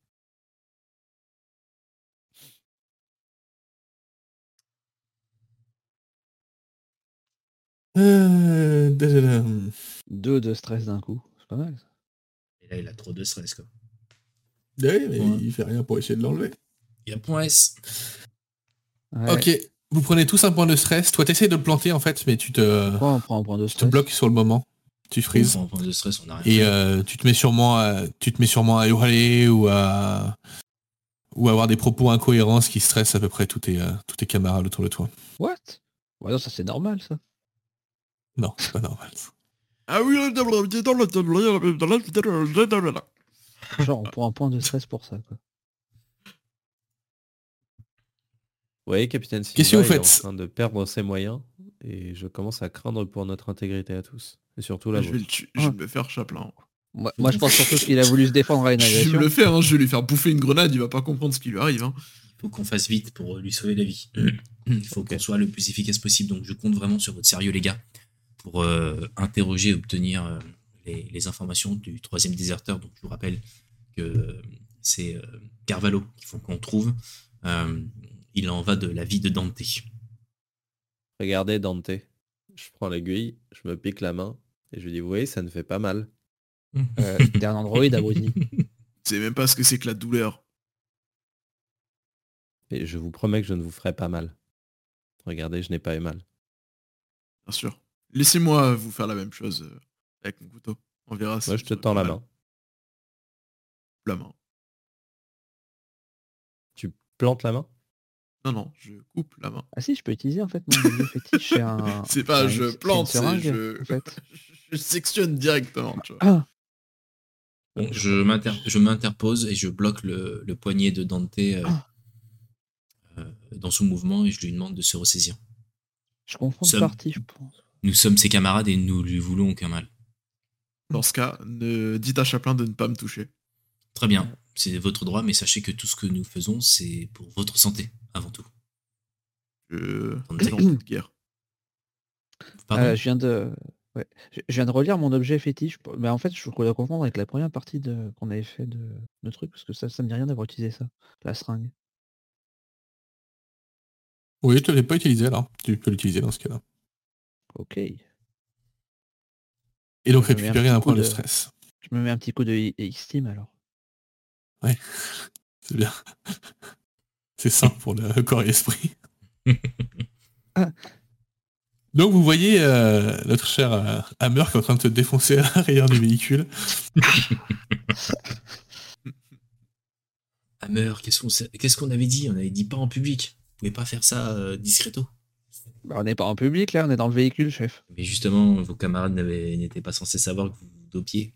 Euh, dadadam.
Deux de stress d'un coup. C'est pas mal. ça.
Et là, il a trop de stress, quoi.
Ouais, Eh mais
Ouais.
il fait rien pour essayer de l'enlever.
Il a point S.
Ouais.
Ok, vous prenez tous un point de stress. Toi, t'essayes de le planter en fait, mais tu te,
Pourquoi on prend un point de
tu te
stress
bloques sur le moment. Tu frises.
En point de stress, on a rien.
Et euh, tu te mets sûrement à, tu te mets sûrement à hurler ou à ou à avoir des propos incohérents ce qui stresse à peu près tous tes, euh, tous tes camarades autour de toi.
What Ouais, non, ça c'est normal ça.
Non, c'est pas normal. ça.
Ah oui, je
Genre on prend un point de stress pour ça quoi.
Vous voyez, capitaine Silva
Qu'est-ce que vous
il est en
faites
train de perdre ses moyens et je commence à craindre pour notre intégrité à tous. Et surtout la
vais
vôtre.
le tuer, je vais me faire Chaplin.
Moi, moi, je pense surtout qu'il a voulu se défendre à une
[LAUGHS] Je vais
agression.
me le faire, hein, je vais lui faire bouffer une grenade, il va pas comprendre ce qui lui arrive. hein.
Il faut qu'on fasse vite pour lui sauver la vie.
Mmh.
Il faut qu'on soit le plus efficace possible. Donc, je compte vraiment sur votre sérieux, les gars, pour euh, interroger et obtenir euh, les, les informations du troisième déserteur. Donc, je vous rappelle que euh, c'est euh, Carvalho qu'il faut qu'on trouve. Euh, il en va de la vie de Dante.
Regardez Dante. Je prends l'aiguille, je me pique la main et je lui dis, vous voyez, ça ne fait pas mal.
Euh, T'es un androïde abruti.
Tu sais même pas ce que c'est que la douleur.
Et je vous promets que je ne vous ferai pas mal. Regardez, je n'ai pas eu mal.
Bien sûr. Laissez-moi vous faire la même chose euh, avec mon couteau. On verra si
Moi,
vous
je te
aurez
tends la
mal.
main.
La main.
Plante la main
Non, non, je coupe la main.
Ah si, je peux utiliser en fait mon milieu fétiche. Ah, C'est
[LAUGHS]
un.
C'est pas
un-
je
une
plante, c'est
seringue,
je-
en fait.
Je sectionne directement, tu vois.
Ah,
Bon, je m'inter- je m'interpose et je bloque le, le poignet de Dante euh,
Ah.
euh, dans son mouvement et je lui demande de se ressaisir.
je confonds
Ça-
de partie, je pense.
Nous sommes ses camarades et nous lui voulons aucun mal.
Dans ce cas, ne... dites à Chaplin de ne pas me toucher.
Très bien, c'est votre droit, mais sachez que tout ce que nous faisons, c'est pour votre santé, avant tout.
Je... je suis en de guerre.
Pardon
Euh, je viens de. ouais. Je je viens de relire mon objet fétiche. Mais en fait, je dois le confondre avec la première partie de... qu'on avait fait de... de truc, parce que ça, ça me dit rien d'avoir utilisé ça, la seringue.
Oui, je te l'ai pas utilisé alors. Tu peux l'utiliser dans ce cas-là.
Ok. Je
Et donc
Je mets un
récupérer
petit
un
coup
point de
de-
stress.
me mets un petit coup de I- X-Team alors.
C'est bien. [LAUGHS] C'est sain pour le corps et l'esprit. Donc vous voyez euh, notre cher euh, Hammer qui est en train de se défoncer à l'arrière du véhicule.
Hammer, qu'est-ce qu'on s'est- qu'est-ce qu'on avait dit On avait dit pas en public. Vous pouvez pas faire ça euh, discreto.
Bah, on n'est pas en public là, on est dans le véhicule, chef.
Mais justement, vos camarades n'avaient- n'étaient pas censés savoir que vous vous dopiez.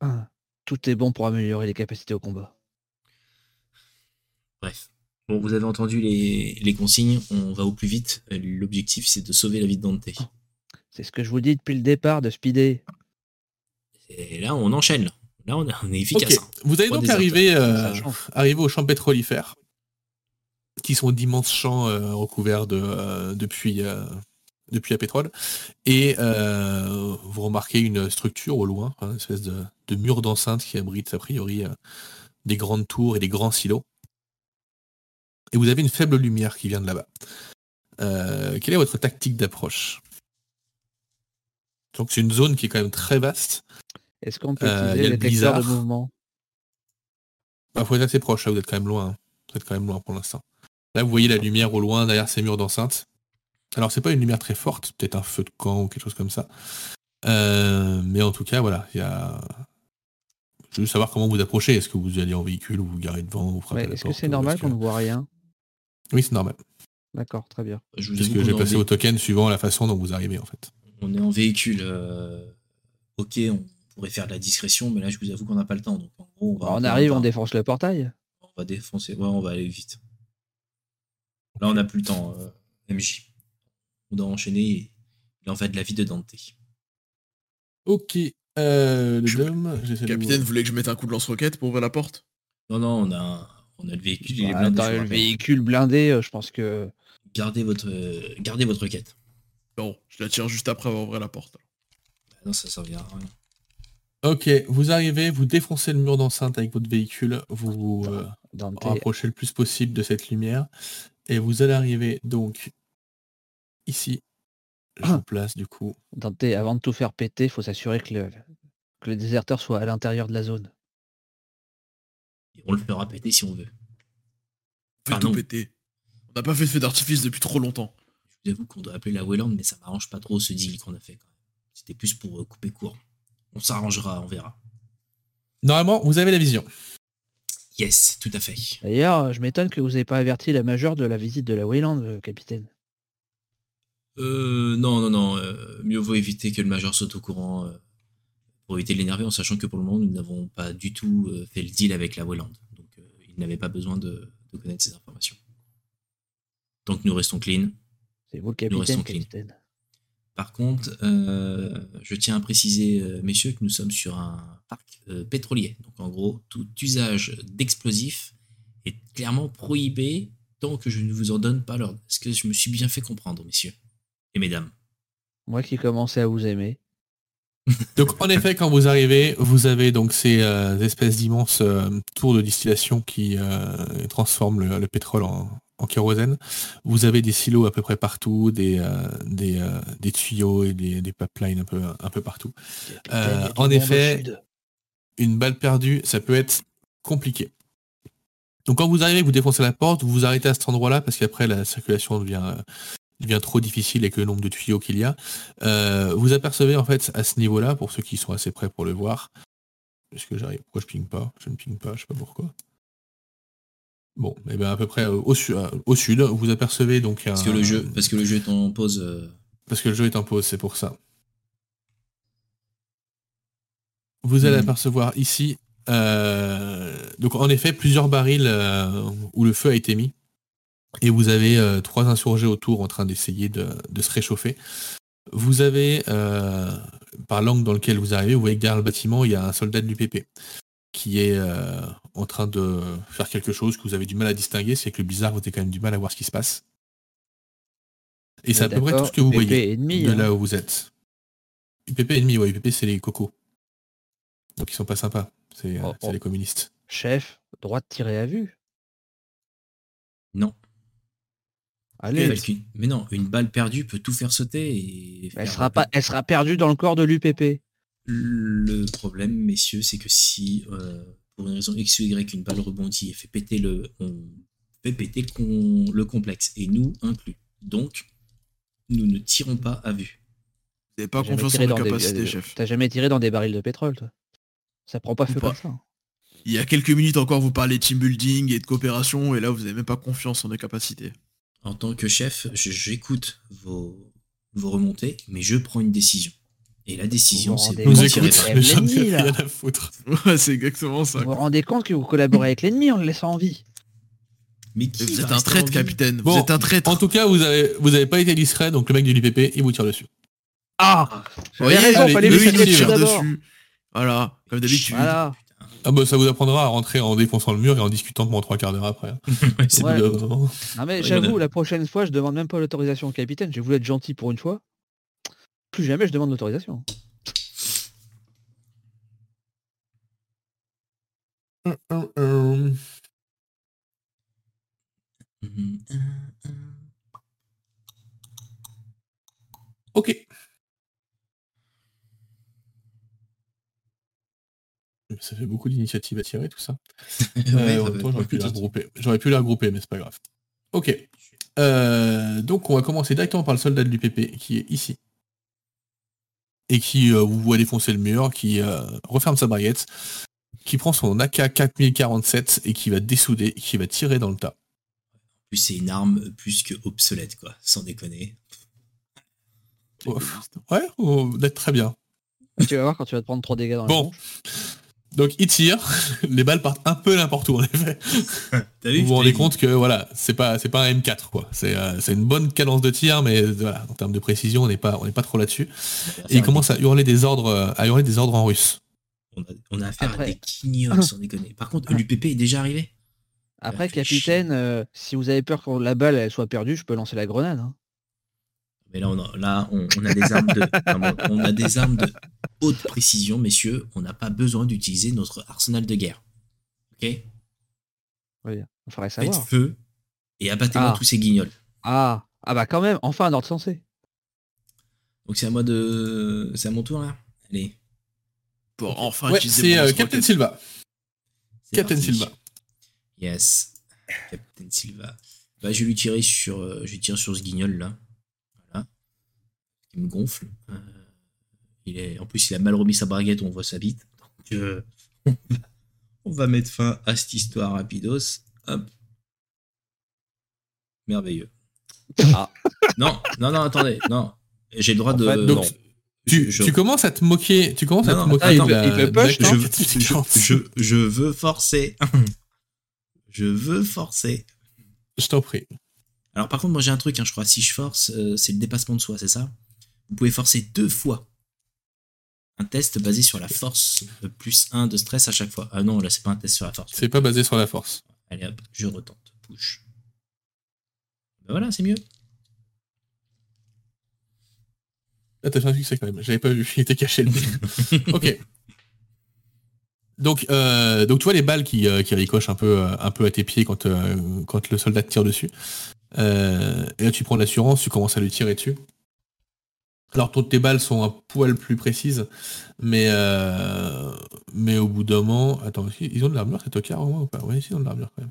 Ah, tout est bon pour améliorer les capacités au combat.
Bref. Bon, vous avez entendu les, les consignes, on va au plus vite. L'objectif, c'est de sauver la vie de Dante.
C'est ce que je vous dis depuis le départ de speeder.
Et là, on enchaîne. Là, on, on est efficace. hein.
Ok. Vous allez
Trois
donc
Ah, déserteurs.
arriver, euh,
Ça change.
arriver aux champs pétrolifères, qui sont d'immenses champs euh, recouverts de, euh, de puits, euh, de puits à pétrole. Et euh, vous remarquez une structure au loin, hein, une espèce de, de mur d'enceinte qui abrite a priori euh, des grandes tours et des grands silos. Et vous avez une faible lumière qui vient de là-bas. Euh, quelle est votre tactique d'approche Donc c'est une zone qui est quand même très vaste.
Est-ce qu'on peut
Euh, y a
utiliser
le
les détecteurs de
blizzard.
mouvement
Bah, faut être assez proche, là, vous êtes quand même loin. hein. Vous êtes quand même loin pour l'instant. Là, vous voyez la lumière au loin, derrière ces murs d'enceinte. Alors, c'est pas une lumière très forte, peut-être un feu de camp ou quelque chose comme ça. Euh, mais en tout cas, voilà, il y a... Je veux savoir comment vous approchez. Est-ce que vous allez en véhicule ou vous garez devant ou vous frappez
Mais
à la
Est-ce que
porte,
c'est
ou
normal
est-ce que-
qu'on ne voit rien
Oui, c'est normal.
D'accord, très bien.
Je vous
Parce
avoue
que
qu'on
j'ai
est en
passé
vé-
au token suivant la façon dont vous arrivez, en fait.
on est en véhicule. euh, ok, on pourrait faire de la discrétion, mais là, je vous avoue qu'on n'a pas le temps. Donc, en gros, on va.
Bah, on
rentrer
arrive,
dans
on
le
défonce le portail.
bar, on va défoncer. Ouais, on va aller vite. Là, on n'a plus le temps, euh, MJ. On doit enchaîner. et Il en va de la vie de Dante.
Ok. Euh, le
Je-
dôme, j'essaie de vous-
Capitaine, vous voulez que je mette un coup de lance-roquette pour ouvrir la porte
Non, non, on a, un- on a le véhicule. il est
Bah,
blindé,
dans
je vous
le
rappelle.
véhicule blindé, euh, je pense que.
Gardez votre, euh, gardez votre quête.
Bon, je la tire juste après avoir ouvert la porte.
Ah Non, ça servira à rien.
Ok, vous arrivez, vous défoncez le mur d'enceinte avec votre véhicule, vous... euh,
Dante.
rapprocher le plus possible de cette lumière. Et vous allez arriver donc ici. Je
Ah.
vous place du coup.
Dante, avant de tout faire péter, faut s'assurer que le, que le déserteur soit à l'intérieur de la zone.
Et On le fera péter si on veut.
Fais
Ah
tout
non.
péter. On n'a pas fait de feu d'artifice depuis trop longtemps.
Je vous avoue qu'on doit appeler la Wayland, mais ça m'arrange pas trop ce deal qu'on a fait. quand même. C'était plus pour euh, couper court. On s'arrangera, on verra.
Normalement, vous avez la vision.
Yes, tout à fait.
D'ailleurs, euh, je m'étonne que vous n'ayez pas averti la majeure de la visite de la Wayland, euh, capitaine.
Euh, non, non, non. euh, mieux vaut éviter que le major saute au courant euh, pour éviter de l'énerver, en sachant que pour le moment, nous n'avons pas du tout euh, fait le deal avec la Wayland. Donc, euh, il n'avait pas besoin de, de connaître ces informations. Tant que nous restons clean.
C'est vous le
restons
capitaine,
clean.
capitaine.
Par contre, euh, je tiens à préciser, euh, messieurs, que nous sommes sur un parc euh, pétrolier. Donc, en gros, tout usage d'explosifs est clairement prohibé tant que je ne vous en donne pas l'ordre. Est-ce que je me suis bien fait comprendre, messieurs et mesdames
Moi qui commençais à vous aimer.
Donc en effet, quand vous arrivez, vous avez donc ces euh, espèces d'immenses euh, tours de distillation qui euh, transforment le, le pétrole en, en kérosène. Vous avez des silos à peu près partout, des, euh, des, euh, des tuyaux et des, des pipelines un peu, un peu partout.
Capitaine, il y a du
Euh, en
monde au
effet,
sud.
une balle perdue, ça peut être compliqué. Donc quand vous arrivez, vous défoncez la porte, vous vous arrêtez à cet endroit-là parce qu'après la circulation devient, euh, devient trop difficile avec le nombre de tuyaux qu'il y a. Euh, vous apercevez en fait à ce niveau-là, pour ceux qui sont assez près pour le voir, est-ce que j'arrive Pourquoi je ping pas Je ne ping pas, je sais pas pourquoi. Bon, et bien à peu près euh, au, su- euh, au sud, vous apercevez donc un...
Parce que le jeu, parce que le jeu est en pause. euh,
Parce que le jeu est en pause, c'est pour ça. Vous allez
Mhm.
apercevoir ici, euh, donc en effet, plusieurs barils euh, où le feu a été mis. Et vous avez euh, trois insurgés autour en train d'essayer de, de se réchauffer. Vous avez, euh, par l'angle dans lequel vous arrivez, vous voyez que derrière le bâtiment, il y a un soldat de l'UPP qui est euh, en train de faire quelque chose que vous avez du mal à distinguer. C'est que le bizarre, vous avez quand même du mal à voir ce qui se passe. Et c'est à peu près tout
D'accord,
ce que vous
PP
voyez
et demi,
de
hein.
là où vous êtes. UPP ennemi, ouais, UPP c'est les cocos. Donc ils sont pas sympas, c'est euh,
Oh,
c'est
oh.
les communistes.
Chef, droit de tirer à vue.
Non.
Allez,
Parce qu'une- Mais non, une balle perdue peut tout faire sauter et.
elle
faire-
sera, pas, elle sera perdue dans le corps de l'UPP.
Le problème, messieurs, c'est que si euh, pour une raison X ou Y une balle rebondit et fait péter le, on fait péter le, con- le complexe et nous inclus. Donc,
nous ne tirons pas à vue.
Vous n'avez pas
T'as jamais
confiance en
tiré
nos
dans des-
capacités,
euh,
chef.
T'as jamais tiré dans des barils de pétrole, toi. Ça prend pas feu
Pas-
comme ça. hein.
Il y a quelques minutes encore, vous parlez de team building et de coopération, et là, vous n'avez même pas confiance en nos capacités. [LAUGHS]
En tant que chef, je- j'écoute vos, vos remontées, mais je prends une décision. Et la décision,
Vous vous
c'est
rendez
vous
Nous
Comment
tirer
écoute,
dans-
tirer
le
dans
champ
l'ennemi,
n'a
là
rien à foutre.
Ouais, c'est exactement
Vous
ça.
vous
quoi.
rendez compte que vous collaborez avec l'ennemi en le laissant en vie
Mais qui
Mais Vous
va
êtes un
rester en
traître,
vie
capitaine. Vous
Bon,
êtes un traître.
En tout cas, vous avez, vous avez pas été discret, donc le mec du LIPP, il vous tire dessus.
Ah Vous
J'avais raison,
les
fallait
deux,
lui
ils
tirer
tirent
dessus d'abord.
dessus. Voilà, comme d'habitude.
Voilà.
Ah bah ça vous apprendra à rentrer en défonçant le mur et en discutant pendant trois quarts d'heure après. hein.
Ouais, c'est-
C'est [LAUGHS]
Ouais.
le moment.
Non mais
Oui,
j'avoue,
madame.
la prochaine fois, je demande même pas l'autorisation au capitaine. J'ai voulu être gentil pour une fois. Plus jamais je demande l'autorisation.
Mhm.
Ok. Ça fait beaucoup d'initiatives à tirer, tout ça.
Ouais,
Euh,
ça
en
va
même
être
temps, j'aurais pu
compliqué.
la regrouper. J'aurais pu la regrouper, mais c'est pas grave. Ok. Euh, donc, on va commencer directement par le soldat de l'UPP, qui est ici. Et qui euh, vous voit défoncer le mur, qui euh, referme sa baguette, qui prend son AK 4047 et qui va dessouder, qui va tirer dans le tas.
Plus c'est une arme plus que obsolète, quoi, sans déconner.
Ouf. Ouais, oh, d'être très bien.
tu vas voir quand tu vas te prendre 3 dégâts dans la
Bon.
tronche.
Donc, il tire. [LAUGHS] Les balles partent un peu n'importe où, en effet.
T'as vu je
vous vous
t'ai
rendez
dit.
compte que voilà, c'est pas c'est pas un M4 quoi. C'est euh, c'est une bonne cadence de tir, mais euh, voilà, en termes de précision, on n'est pas on n'est pas trop là-dessus. Et il commence à hurler des ordres euh, à hurler des ordres en russe.
On a, on a affaire à
Après-
des quignols, sans déconner. Par contre, l'UPP est déjà arrivé
Après,
fait chier.
capitaine, euh, si vous avez peur que la balle elle soit perdue, je peux lancer la grenade. hein.
Mais là, on a, là, on, on a des armes de, non, mais on a des armes de haute précision, messieurs. On n'a pas besoin d'utiliser notre arsenal de guerre. Ok
Il faudrait
Faites
savoir.
feu et abattez-moi
Ah.
tous ces guignols.
Ah, ah bah quand même, enfin un ordre sensé.
Donc c'est à moi de, c'est à mon tour là. Allez.
Pour enfin
ouais,
utiliser
c'est
mon
euh,
lance-roquette.
Captain Silva.
c'est
Captain
parti.
Silva.
Yes. Captain Silva. Bah, je vais lui tirer sur, euh, je tire sur ce guignol là. Voilà. Il me gonfle. Euh, il est, en plus, il a mal remis sa braguette, on voit sa bite. Donc, euh, [LAUGHS] on va mettre fin à cette histoire rapidos. Hop. Merveilleux.
Ah.
[LAUGHS] Non, non, non, attendez, non. J'ai le droit
En
de.
fait,
non.
donc, Tu,
Je-
tu commences à te moquer, tu commences
Non,
à te
non,
moquer
attends,
de la-
il le
de la
push, non
Captain
je,
Silva.
je, je veux forcer. [LAUGHS] je veux forcer.
Je t'en prie.
Alors par contre, moi j'ai un truc, hein, je crois, si je force, euh, c'est le dépassement de soi, c'est ça Vous pouvez forcer deux fois. Un test basé sur la force, de plus 1 de stress à chaque fois. Ah non, là c'est pas un test sur la force.
C'est pas basé sur la force.
Allez hop, je retente. Push. Ben voilà, c'est mieux.
Là, Ah, t'as fait un succès quand même. J'avais pas vu. [LAUGHS] Il était caché le nez. ok. Donc, euh, donc tu vois les balles qui, euh, qui ricochent un peu, euh, un peu à tes pieds quand, euh, quand le soldat te tire dessus. Euh, et là, tu prends de l'assurance, tu commences à lui tirer dessus. Alors, toutes tes balles sont un poil plus précises, mais, euh, mais au bout d'un moment. Attends, ils ont de l'armure, ces tocards au moins ou pas Ouais, si, ils ont de l'armure quand même.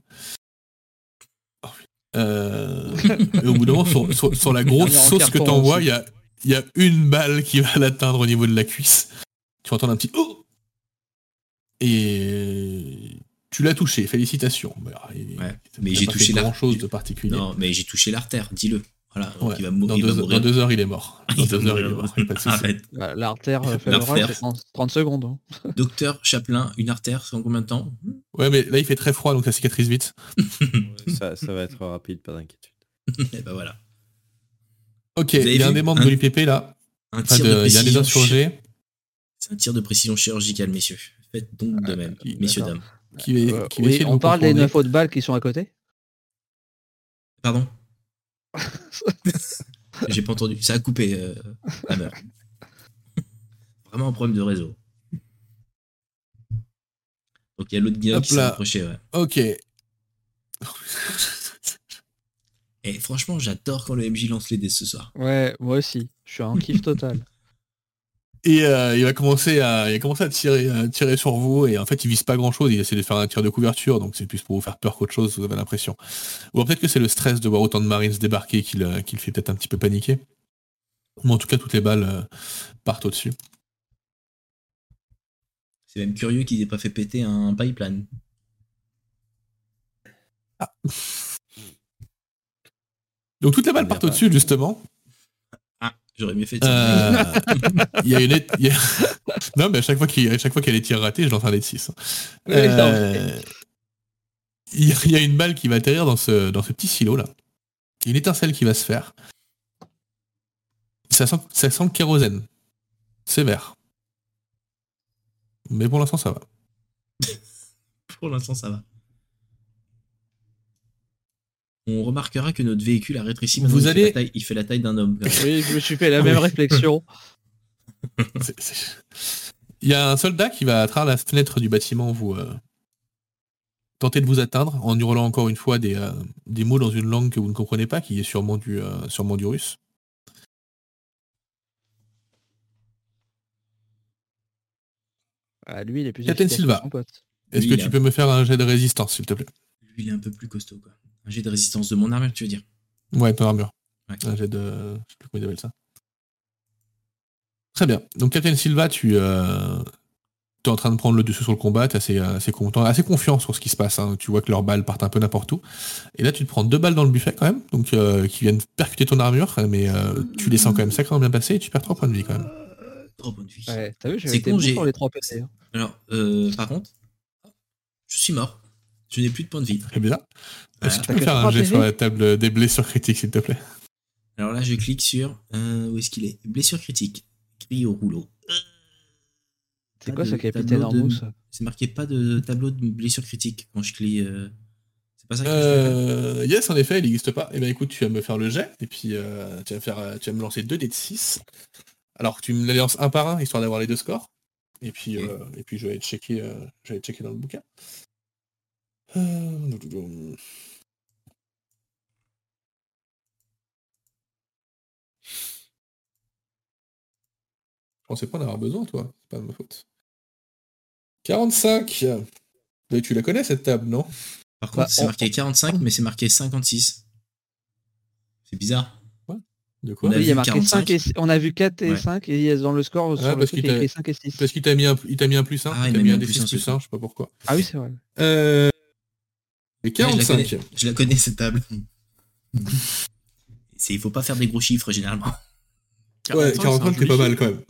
Oh, putain. Euh, et au bout d'un moment, sur, sur- sur la grosse
Armure en
sauce que
carton
t'envoies,
aussi.
il y a, il y a une balle qui va [LAUGHS] l'atteindre au niveau de la cuisse. Tu entends un petit Oh Et tu l'as touché, félicitations. Mais, alors,
Ouais,
il- t'as
mais
pas
j'ai
fait
touché la-
grand-chose de particulier.
Non, mais j'ai touché l'artère, dis-le. Voilà, donc
Ouais,
il va, mou-
dans,
il va
deux,
mourir.
dans deux heures, il est mort.
[LAUGHS]
Dans
Il va
deux heures, il
mourir.
est mort. il y a pas de souci.
Arrête.
La- L'artère euh,
L'artère.
fémorale, c'est 30, 30 secondes. hein.
Docteur Chaplin, une artère, c'est en combien de temps
Ouais, mais là, il fait très froid, donc ça cicatrise vite.
Ouais, ça, ça va être rapide, pas d'inquiétude.
Et ben voilà.
Ok,
avez
il y a un
vu
des membres
un-
de l'UPP là.
Un
Enfin,
tir de
de- il y a un des
précision
insurgés
C'est un tir de précision chirurgicale, messieurs. Faites donc de même,
oui,
messieurs,
d'accord.
dames.
qui, va-
Euh,
qui va
oui,
essayer de
on
vous
parle des
contourner.
9 autres balles qui sont à côté
[LAUGHS]
Pardon J'ai pas entendu. Ça a coupé, euh, Hammer. Vraiment un problème de réseau. Donc il y a l'autre guignol
Hop
qui s'est
là.
approché, ouais.
Ok.
Et franchement, j'adore quand le MJ lance les dés ce soir.
Ouais, moi aussi. Je suis en kiff total.
Et euh, il va commencer à, il a commencé à tirer, à tirer sur vous. Et en fait, il vise pas grand chose. Il essaie de faire un tir de couverture. Donc, c'est plus pour vous faire peur qu'autre chose, euh, vous avez l'impression. Ou alors peut-être que c'est le stress de voir autant de Marines débarquer qui le, qui le fait peut-être un petit peu paniquer. Bon, en tout cas, toutes les balles euh, partent au-dessus.
C'est même curieux qu'ils aient pas fait péter un pipeline.
Donc toutes les balles
Bien
partent
pas.
au-dessus, justement.
Ah, j'aurais mieux fait de
Euh, Il y a une... é- il y a- Non, mais à chaque fois qu'il- à chaque fois qu'il y a des tirs ratés, je lance un des 6.
Ouais, non,
hein. Euh, Il y a- il y a une balle qui va atterrir dans ce, dans ce petit silo là. Il y a une étincelle qui va se faire. Ça sent, ça sent le kérosène. Sévère. Mais pour l'instant, ça va.
Pour l'instant, ça va. On remarquera que notre véhicule a rétréci. maintenant,
Vous
il fait
allez-
la taille- il fait la taille d'un
[LAUGHS]
homme.
Oui, je me suis fait la
Ah
même
oui.
réflexion.
C'est- c'est- Il y a un soldat qui va à travers la fenêtre du bâtiment vous euh, tenter de vous atteindre en hurlant encore une fois des, euh, des mots dans une langue que vous ne comprenez pas, qui est sûrement du, euh, sûrement du russe.
Ah, lui, il est plus
Captain
efficace que
Silva.
son pote.
Est-ce
Oui,
que
il
tu
a-
peux me faire un jet de résistance, s'il te plaît
Lui, il est un peu plus costaud. Quoi. Un jet de résistance de mon armure, tu veux dire
Ouais, ton armure.
Ouais.
Un jet de. Je sais plus comment ils appellent ça. Très bien. Donc, Captain Silva, tu es en train de prendre le dessus sur le combat, tu es assez, euh, assez content, assez confiant sur ce qui se passe. hein. Tu vois que leurs balles partent un peu n'importe où. Et là, tu te prends deux balles dans le buffet quand même, donc euh, qui viennent percuter ton armure, mais euh, tu les sens quand même sacrément bien passer et tu perds trois points de vie quand même.
Trop bonne vie.
Ouais, t'as vu,
C'est
j'avais été
con,
bon
j'ai-
sur les trois PC. hein.
Alors, euh, par contre, je suis mort. Je n'ai plus de points de vie.
Très bizarre. Est-ce que tu
T'as
peux
que
faire un
trois
jet
PV?
sur la table des blessures critiques, s'il te plaît
Alors là, je clique sur. euh, où est-ce qu'il est Blessure critique. Cri au rouleau.
C'est
Pas
quoi
de
ce capitaine
tableau de-
Ormus
C'est marqué pas de tableau de blessure critique quand je clique. euh, C'est pas ça que je fais.
Euh, yes, en effet, il n'existe pas. Eh bien, écoute, tu vas me faire le jet, et puis euh, tu, vas me faire, euh, tu vas me lancer deux dés de 6. Alors, tu me les lances un par un, histoire d'avoir les deux scores. Et puis,
Ok.
euh, et puis je, vais aller checker, euh, je vais aller checker dans le bouquin. Euh, Je pensais pas en avoir besoin, toi. C'est pas ma faute. 45 Mais tu la connais, cette table, non
Par contre,
Bah,
c'est
on-
marqué 45, mais c'est marqué 56. C'est bizarre.
De
quoi On a
Oui, il y
vu
a marqué
45.
5 et... On a vu 4 et
Ouais.
5 et il y a dans le score sur le
parce qu'il
truc, il y a
t'a-
écrit 5 et 6.
Parce qu'il t'a mis un, il t'a mis un plus 1,
Ah,
il
il m'a
t'a mis
mis
un
un
des
plus
6
un,
plus
c'est
1, je sais pas pourquoi.
Ah oui, c'est vrai.
Euh...
Ouais, je
Et
la
45.
connais. Je la connais cette table. C'est, il faut pas faire des gros chiffres généralement.
Ouais,
45,
45,
c'est un
c'est pas
joli
mal quand même.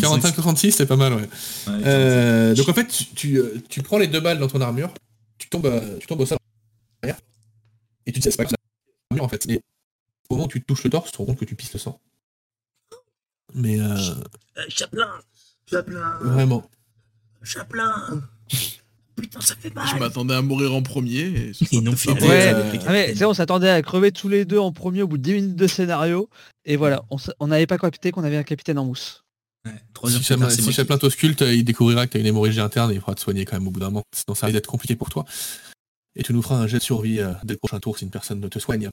45, 66, c'est pas mal, ouais.
Ouais, 45.
Euh, donc en fait, tu, tu, euh, tu prends les deux balles dans ton armure, tu tombes, euh, tu tombes au sol derrière, et tu te dis, c'est pas grave, c'est l'armure en fait. Et au moment où tu te touches le torse, tu te rends compte que tu pisses le sang. Mais euh,
Euh, Chaplin Chaplin
vraiment.
Chaplin Putain, ça fait
Je
mal
m'attendais à mourir en premier. Et ce
Ils
sera
n'ont
peut-être
fait
pas-
rien.
euh,
Ah mais tu sais, on s'attendait à crever tous les deux en premier au bout de 10 minutes de scénario. Et voilà, on s- on n'avait pas capté qu'on avait un capitaine en mousse.
Ouais, trois heures
Si,
plus tard,
Chaplin,
c'est
si
moi qui-
Chaplin t'ausculte, euh, il découvrira que t'as une hémorragie interne et il fera te soigner quand même au bout d'un moment. Sinon, ça risque d'être compliqué pour toi. Et tu nous feras un jet de survie euh, dès le prochain tour si une personne ne te soigne.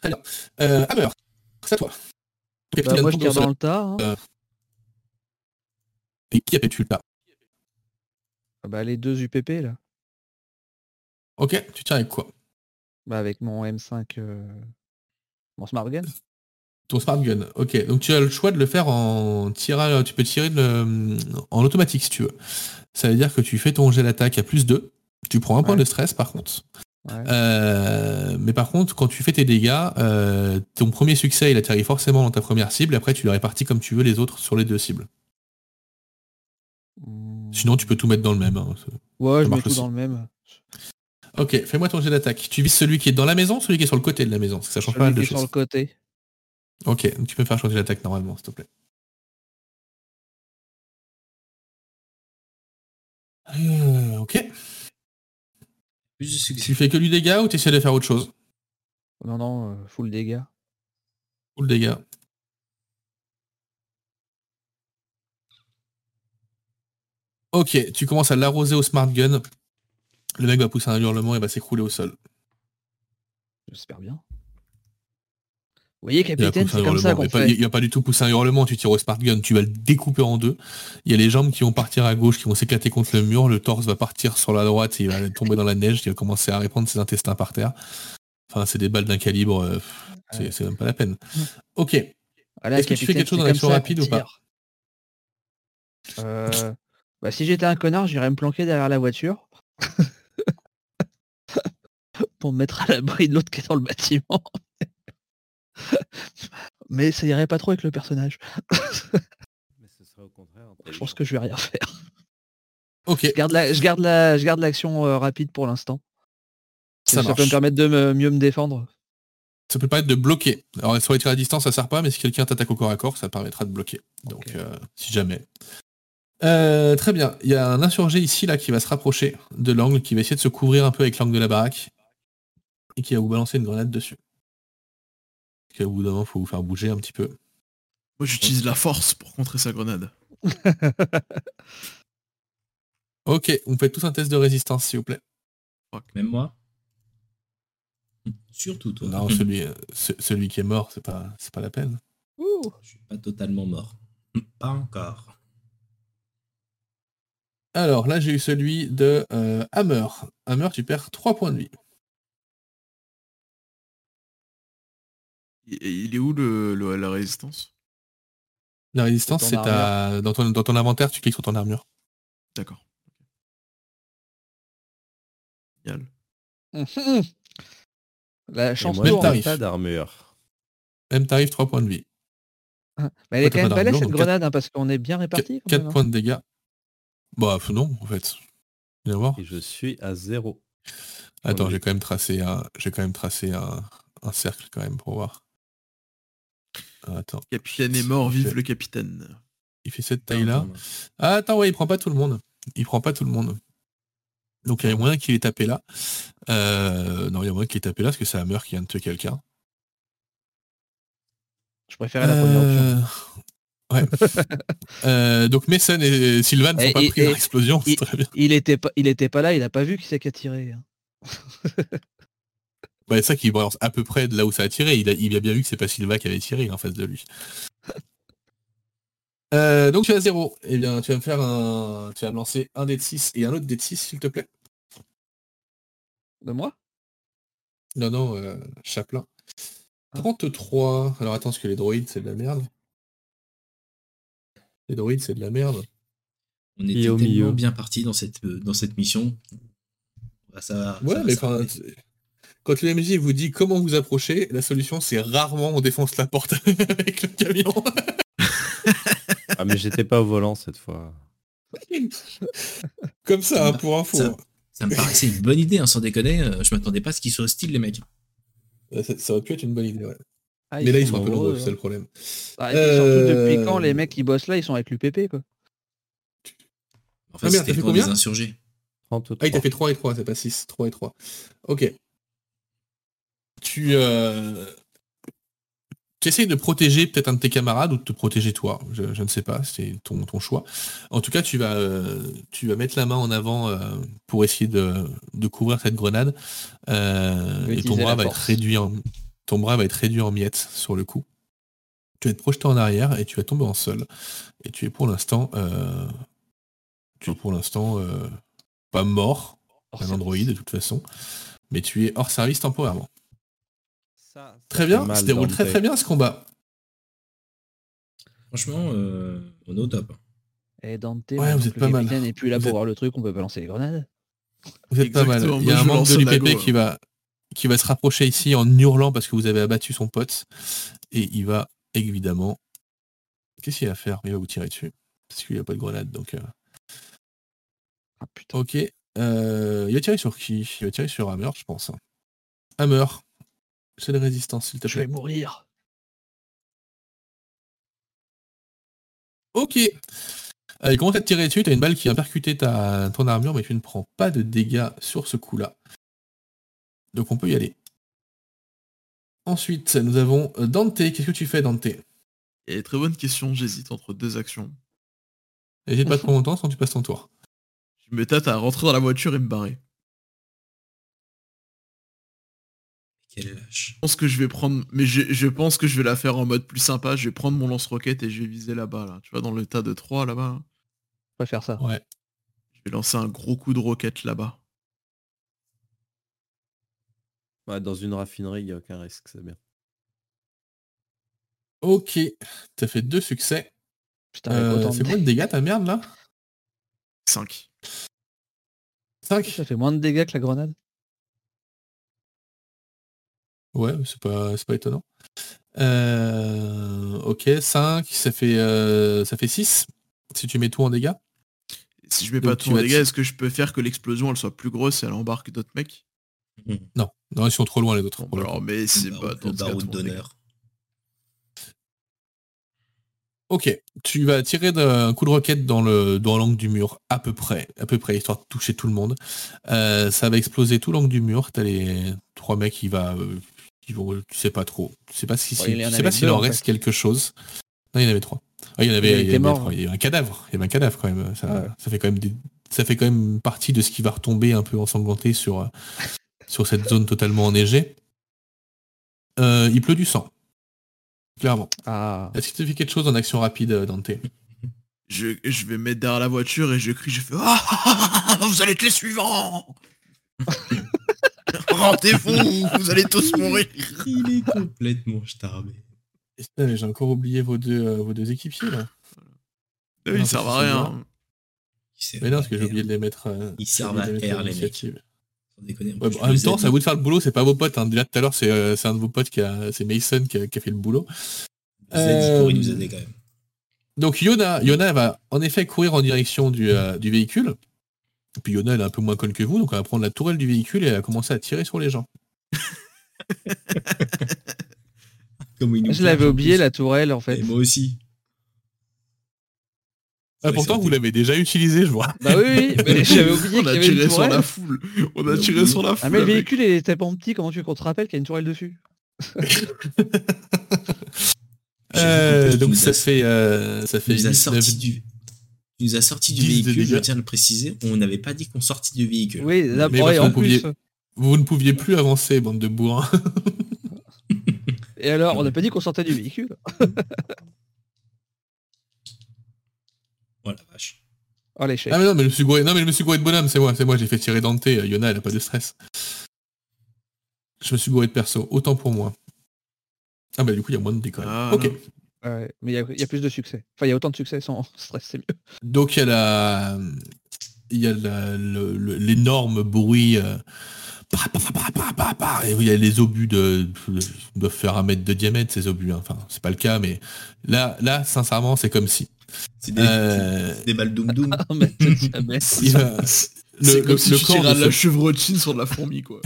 Très bien. Euh, Hammer, c'est à toi.
Bah,
Capitaine
moi je
Hammer,
tire dans le tas. hein.
Euh, Et qui appelles-tu là
Ah Bah, les deux UPP là.
Ok, tu tiens avec quoi
Bah, avec mon M5, euh, mon Smart Gun.
Ton smart gun. Ok, donc tu as le choix de le faire en tirage. Tu peux tirer le- en automatique si tu veux. Ça veut dire que tu fais ton jet d'attaque à plus 2. Tu prends un point
Ouais.
de stress par contre.
Ouais.
Ah, Euh, mais par contre, quand tu fais tes dégâts, euh, ton premier succès, il atterrit forcément dans ta première cible. Après, tu le répartis comme tu veux les autres sur les deux cibles.
Mm.
Sinon, tu peux tout mettre dans le même. hein.
Ouais, je mets
marche
tout
aussi.
dans le même.
Ok, fais-moi ton jet d'attaque. Tu vises celui qui est dans la maison, celui qui est sur le côté de la maison, parce que ça change
Celui
pas mal
qui
de
est sur
choses.
le côté.
Ok, donc tu peux me faire changer l'attaque normalement, s'il te plaît. Euh, ok.
Plus de succès.
Tu fais que du dégât ou tu essaies de faire autre chose
Non, non, euh, full dégâts.
Ou le dégât Ok, tu commences à l'arroser au smart gun. Le mec va pousser un hurlement et va s'écrouler au sol.
J'espère bien. Vous voyez,
Il a
capitaine,
poussé un
c'est comme ça
hurlement,
qu'on
mais pas-
fait.
il- il va pas du tout pousser un hurlement, tu tires au smart gun, tu vas le découper en deux. Il y a les jambes qui vont partir à gauche, qui vont s'éclater contre le mur, le torse va partir sur la droite, il va tomber dans la neige, il va commencer à répandre ses intestins par terre. Enfin, c'est des balles d'un calibre, euh, pff, c'est c'est même pas la peine. Ok,
Voilà,
Est-ce que tu fais
Ah capitaine,
quelque chose
c'est
en
comme
action
ça
rapide
qu'on
ou pas
tire. Euh, bah, Si j'étais un connard, j'irais me planquer derrière la voiture. [LAUGHS] pour me mettre à l'abri de l'autre qui est dans le bâtiment. [LAUGHS] Mais ça irait pas trop avec le personnage.
Mais ce serait au contraire.
Je pense que je vais rien faire.
Ok,
Je garde la, je garde la, je garde l'action euh, rapide pour l'instant.
ça
Ça, peut me
marche.
permettre de me- mieux me défendre.
Ça peut permettre de bloquer. Alors, sur les tirs à distance, ça sert pas, mais si quelqu'un t'attaque au corps à corps, ça permettra de bloquer. Donc, euh, si jamais. Euh, très bien. Il y a un insurgé ici, là, qui va se rapprocher de l'angle, qui va essayer de se couvrir un peu avec l'angle de la baraque, et qui va vous balancer une grenade dessus. Parce qu'au bout d'un moment, faut vous faire bouger un petit peu.
Moi, j'utilise la force pour contrer sa grenade.
Ok, vous me faites tous un test de résistance, s'il vous plaît.
Même moi.
Hum,
Surtout toi.
Non, celui, euh, ce- celui qui est mort, c'est pas, c'est pas la peine.
Je suis pas totalement mort. Pas encore.
Alors, là, j'ai eu celui de euh, Hammer. Hammer, tu perds 3 points de vie.
Et- et il est où le, le- la résistance
La résistance,
ton
c'est ta... dans, ton, dans ton inventaire, tu cliques sur ton armure.
D'accord. Génial.
Mhm. La chance
moi,
moi,
même
tourne.
tarif.
j'ai pas d'armure.
Même tarif, 3 points de vie.
Mais Bah, elle est
t'as pas
quand même balèze
d'armure,
cette
donc
grenade hein, parce qu'on est bien
4,
répartis. quand même, hein.
points de dégâts. Bah pff, non, en fait. Viens voir.
Et je suis à zéro.
Attends,
de
j'ai
vie.
quand même tracé un. J'ai quand même tracé un, un cercle quand même pour voir. Ah, Attends.
Capitaine est mort,
Ok.
vive le capitaine.
Il fait cette taille là. Ah, attends, ouais, il prend pas tout le monde. Il prend pas tout le monde. Donc il y a moyen qu'il ait tapé là. Euh, non, il y a moyen qu'il ait tapé là parce que c'est Hammer qui vient de tuer quelqu'un.
Je préférais la première option.
Euh, Ouais. [LAUGHS] Euh, donc Mason et Sylvan ne
Et-
sont pas
et-
pris dans
et-
l'explosion, c'est
et-
très bien.
Il était pas, il était pas là, il a pas vu qui c'est qui a tiré. hein.
Bah, c'est ça qui balance à peu près de là où ça a tiré. Il a, il a bien vu que c'est pas Silva qui avait tiré il est en face de lui. [LAUGHS] Euh, donc tu as zéro. Eh bien, tu vas me faire un. Tu vas me lancer un dé de 6 et un autre dé de 6, s'il te plaît.
De moi
Non, non, euh, Chaplin. 33. Alors attends, parce que les droïdes, c'est de la merde. Les droïdes, c'est de la merde.
On était
est au
tellement
milieu.
bien parti dans cette, euh, dans cette mission. Bah, ça va- ça
Ouais,
va
mais enfin.
s'arrêter.
c'est- Quand le MJ vous dit comment vous approcher, la solution c'est rarement on défonce la porte [LAUGHS] avec le camion.
Ah mais j'étais pas au volant cette fois.
Comme ça,
Ça
hein,
me-
pour info.
ça-
hein.
Ça me paraissait une bonne idée, hein, sans déconner. euh, Je m'attendais pas à ce qu'ils soient hostiles, les mecs.
Euh, Ça, ça aurait pu être une bonne idée, ouais.
Ah,
Mais là, ils sont un peu
nombreux,
nombreux, c'est
hein.
le problème.
Ah, et surtout
Euh,
depuis quand les mecs qui bossent là, ils sont avec l'UPP quoi.
En fait,
Ah merde, t'as
c'était
fait
pour des
combien
insurgés.
33.
Ah, il t'a fait 3 et 3, c'est pas 6. 3 et 3. Ok. Tu... Euh... Tu essayes de protéger peut-être un de tes camarades ou de te protéger toi. Je, je ne sais pas, c'est ton, ton choix. En tout cas, tu vas, euh, tu vas mettre la main en avant euh, pour essayer de, de couvrir cette grenade. Euh,
Je vais
et ton
utiliser
bras,
la
va être
force.
réduit en, ton bras va être réduit en miettes sur le coup. Tu vas te projeter en arrière et tu vas tomber en sol. Et tu es pour l'instant... euh, tu es pour l'instant euh, pas mort,
Oh,
un Android de toute façon, mais tu es hors service temporairement.
Ça, ça
Très
fait
bien,
mal
se déroule
dans le
très très
texte.
bien ce combat.
Franchement, euh, on est au top.
Et Eh, Dante,
Ouais, vous êtes pas
le
mal.
capitaine n'est plus là
Vous
pour
êtes-
voir le truc, on peut balancer les grenades.
Vous êtes pas mal.
Exactement,
Il y a
moi,
un
je
membre
lance
de
un
l'UPP
lago,
qui va, qui va se rapprocher ici en hurlant parce que vous avez abattu son pote. Et il va évidemment. Qu'est-ce qu'il va faire Il va vous tirer dessus. Parce qu'il n'y a pas de grenade. Donc, euh,
Ah putain.
Ok. euh, il va tirer sur qui Il va tirer sur Hammer, je pense. Hammer. C'est de résistance, s'il te
Je
plaît.
vais mourir.
Ok. Euh, il commence à te tirer dessus, t'as une balle qui a percuté ta, ton armure, mais tu ne prends pas de dégâts sur ce coup-là. Donc on peut y aller. Ensuite, nous avons euh, Dante. Qu'est-ce que tu fais, Dante
Et très bonne question, j'hésite entre deux actions.
N'hésite pas trop longtemps, sinon tu passes ton tour.
Je me tâte à rentrer dans la voiture et me barrer.
Quel lâche.
Je pense que je vais prendre, mais je, je pense que je vais la faire en mode plus sympa. Je vais prendre mon lance-roquette et je vais viser là-bas, là. Tu vois, dans le tas de 3 là-bas. là.
Je préfère ça.
Ouais.
Je vais lancer un gros coup de roquette là-bas.
Ouais, dans une raffinerie, il n'y a aucun risque, c'est bien.
Ok, t'as fait deux succès.
Putain, avec
Euh,
autant de
c'est quoi de dégâts ta merde là
5.
5
Ça fait moins de dégâts que la grenade.
Ouais, c'est pas, c'est pas étonnant. Euh, ok, 5, ça fait, euh, ça fait 6. Si tu mets tout en dégâts.
Si je mets
Donc
pas
tu
tout en
vas-
dégâts, est-ce que je peux faire que l'explosion elle soit plus grosse et elle embarque d'autres mecs
Non, non, ils sont trop loin les autres.
Bon,
pour Oh, le
alors, mais c'est
Bah,
pas
au- au baroud d'honneur.
Ok, tu vas tirer d'un coup de roquette dans le dans l'angle du mur, à peu près, à peu près, histoire de toucher tout le monde. Euh, ça va exploser tout l'angle du mur. T'as les trois mecs qui va, euh, qui vont, tu sais pas trop, tu sais pas si,
Bon,
si-
il y en
tu sais
avait
pas s'il
deux,
en
en
reste quelque chose. Non, il y en avait trois. Ah, il y en avait,
Il était
il y en avait
mort.
trois. Il y avait un cadavre. Il y avait un cadavre quand même. Ça,
Ah ouais.
ça fait quand même des- ça fait quand même partie de ce qui va retomber un peu ensanglanté sur euh, sur cette zone totalement enneigée. Euh, il pleut du sang, clairement.
Ah.
Est-ce que tu fais quelque chose en action rapide, euh, Dante
Je, je vais me mettre derrière la voiture et je crie, je fais ah, ah, ah, vous allez être
[LAUGHS]
les suivants Rendez-vous, vous allez tous mourir
Ah, Il est complètement starbé.
Et putain, mais J'ai encore oublié vos deux, euh, vos deux équipiers là.
Eux,
Non,
Ils
ça,
servent à
c'est
rien. hein.
bien.
Il sert
Mais non, parce que
à
j'ai
terre.
oublié de les mettre. euh,
Ils
j'ai
servent
oublié
à
de les mettre
terre,
dans
les mecs.
l'initiative.
Sans déconner, en plus,
Ouais, bon,
je
en même
les
temps,
ai
c'est à vous de faire le boulot, c'est pas vos potes. hein. Déjà tout à l'heure, c'est euh, c'est un de vos potes qui a. C'est Mason qui a, qui a fait le boulot.
dit- je les ai dit pour, ils nous
Euh,
aider quand même.
Donc Yona, Yona elle va en effet courir en direction du, euh, du véhicule. Et puis Yona, elle est un peu moins conne que vous, donc elle va prendre la tourelle du véhicule et elle va commencer à tirer sur les gens.
Comme ils nous
Je l'avais
plongent en
oublié,
plus.
la tourelle, en fait.
Et moi aussi.
Ah, pourtant, vous l'avez déjà utilisé, je vois.
Bah oui, oui,
[LAUGHS]
mais
[LAUGHS]
j'avais oublié
On
qu'il y
a
avait une
tiré sur
tourelle.
la foule. On a
Non,
tiré
non.
sur la foule.
Ah mais le
avec-
véhicule il est tellement petit, comment tu veux qu'on te rappelle qu'il y a une tourelle dessus
J'avoue
Euh,
qu'en plus, tu
donc
nous
ça
as-
fait, euh, ça
Tu
fait
nous as
19
sorti du, tu nous as sorti du
10 de
véhicule, je
dégâts.
tiens à le préciser. On n'avait pas dit qu'on sortit du véhicule.
Oui, là,
Mais
ouais,
parce
en
qu'on
plus.
Vous ne pouviez plus avancer, bande de bourrins.
Et alors, on n'a pas dit qu'on sortait du véhicule
Voilà, vache.
Oh l'échec.
Ah mais non, mais je me suis gouré. Non, mais je me suis gouré de bonhomme, c'est moi, c'est moi, j'ai fait tirer Dante, euh, Yona, elle a pas de stress. Je me suis gouré de perso, autant pour moi. Ah bah du coup, il y a moins de déconnes.
Ah,
ok.
non.
Ouais, mais il y, a- il y a plus de succès. Enfin, il y a autant de succès sans [LAUGHS] stress, c'est mieux.
Donc il y a la il y a la- le- le- l'énorme bruit euh, bah, pa, pa, pa, pa, pa, pa, pa, et il y a les obus de de- doivent faire un mètre de diamètre ces obus hein. enfin c'est pas le cas mais là là sincèrement c'est comme
[LAUGHS]
si
C'est des,
Euh,
c'est des balles doum doum.
Non, mais c'est de la [LAUGHS] merde.
il va-
C'est comme si tu
corps
tirais
de
la
ce-
chevrotine sur de la
[LAUGHS]
fourmi, quoi.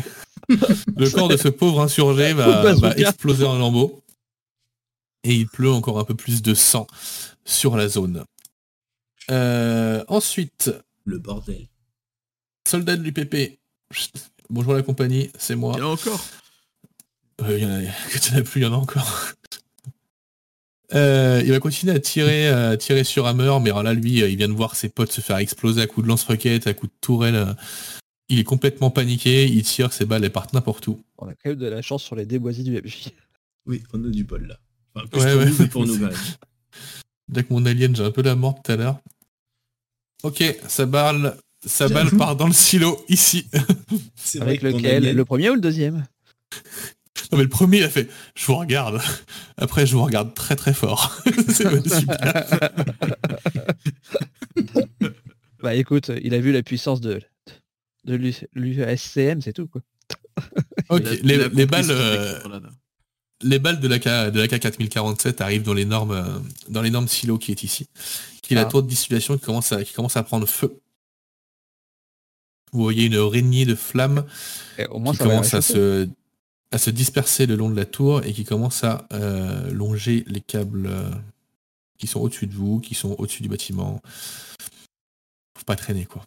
Le corps de ce pauvre insurgé
Coup de
va,
bazooka.
va exploser en lambeaux. Et il pleut encore un peu plus de sang sur la zone. Euh, ensuite,
Le bordel.
soldat de l'UPP. Chut. [LAUGHS] Bonjour la compagnie, c'est moi.
Il y en a encore.
Euh, il y en a, [LAUGHS] que t'en as plus, il y en a encore. [LAUGHS] Euh, il va continuer à tirer, euh, à tirer sur Hammer, mais alors là, lui, euh, il vient de voir ses potes se faire exploser à coups de lance-roquettes, à coups de tourelle. euh. Il est complètement paniqué, il tire, ses balles, elles partent n'importe où.
On a quand même de la chance sur les déboisés du MJ.
Oui, on a du bol là. Enfin, plus
Ouais,
pour
ouais.
nous que pour nous quand même.
Dès que mon alien, j'ai un peu la mort tout à l'heure. Ok, ça balle, ça balle part dans le silo, ici. [LAUGHS]
C'est vrai
Avec
que ton
lequel
alien-
Le premier ou le deuxième
Non mais le premier, il a fait, je vous regarde. Après, je vous regarde très très fort. [LAUGHS] C'est super.
Bah écoute, il a vu la puissance de, de l'USCM, c'est tout quoi.
Ok,
Il a- il a
les,
compris
les
ce
balles,
qu'il
euh,
était, Colonna.
les balles de la K, de la K 4047 arrivent dans l'énorme, euh, dans l'énorme silo qui est ici, qui est la
Ah.
tour de distillation qui commence à, qui commence à prendre feu. Vous voyez une araignée de flammes
Et au moins
qui
ça va
commence à
réchauffer.
se, à se disperser le long de la tour et qui commence à euh, longer les câbles euh, qui sont au-dessus de vous, qui sont au-dessus du bâtiment. Faut pas traîner quoi.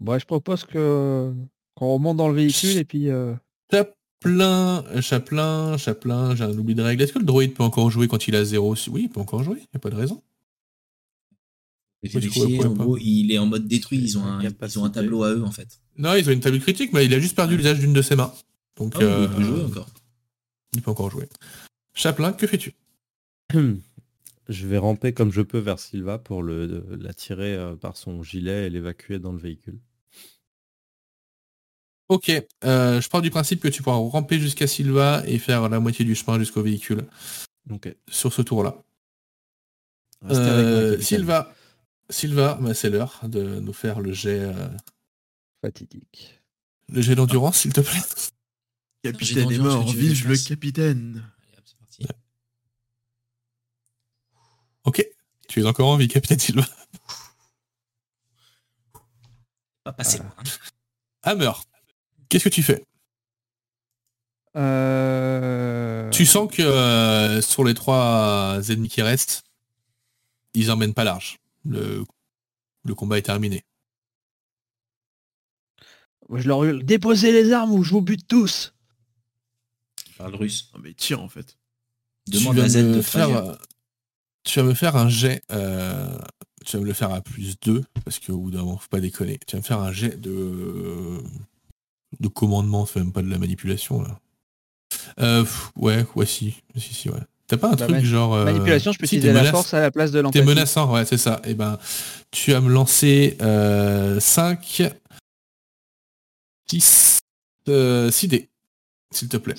Bon, je propose que qu'on remonte dans le véhicule et puis euh,
Chaplin, euh, Chaplin, Chaplin, j'ai un oubli de règle. Est-ce que le droïde peut encore jouer quand il a zéro Oui, il peut encore jouer, il a pas de raison.
J'ai
Oui, je
vérifié,
pourrais-
en
pourrais
gros, il est en mode détruit. Ils ont, un, ils ont un
Capacité.
tableau à eux en fait.
Non, ils ont une table critique, mais il a juste perdu l'usage d'une de ses mains. Donc
Ah, oui,
euh,
il peut jouer encore.
il peut encore jouer. Chaplin, que fais-tu
Je vais ramper comme je peux vers Silva pour le, l'attirer euh, par son gilet et l'évacuer dans le véhicule.
Ok, euh, je pars du principe que tu pourras ramper jusqu'à Silva et faire la moitié du chemin jusqu'au véhicule.
Ok.
sur ce tour-là.
Restez avec moi,
Euh,
capitaine.
Sylvain, Sylvain, bah, c'est l'heure de nous faire le jet, euh,
Fatidique.
le jet d'endurance, s'il te plaît. [LAUGHS]
Capitaine
J'ai
est
d'endurance,
mort,
j'ai tué
vive
des
le
places.
capitaine
Allez, hop, c'est parti.
Ok, tu es encore en vie, capitaine Sylvain.
Pas passé
Voilà.
loin.
Hammer, qu'est-ce que tu fais
Euh...
Tu sens que euh, sur les trois euh, ennemis qui restent, ils emmènent pas large. Le, le combat est terminé.
Je leur hurle, déposez les armes ou je vous bute tous
Je parle russe.
Non mais tire en fait.
Demande
tu vas
à Z
me
de
faire,
faire.
euh, tu vas me faire un jet. euh, tu vas me le faire à plus 2, parce qu'au bout d'un moment, faut pas déconner. Tu vas me faire un jet de, euh, de commandement, c'est même pas de la manipulation là. Euh, pff, ouais, ouais, si, si, si, ouais. T'as pas un
Bah,
truc
mani-
genre euh,
Manipulation, je peux
si,
utiliser
t'es
la
menace-
force à la place de
T'es
l'empathie.
menaçant, ouais, c'est ça. Et ben, tu vas me lancer euh, 5, 6, 6 euh, dés, s'il te plaît.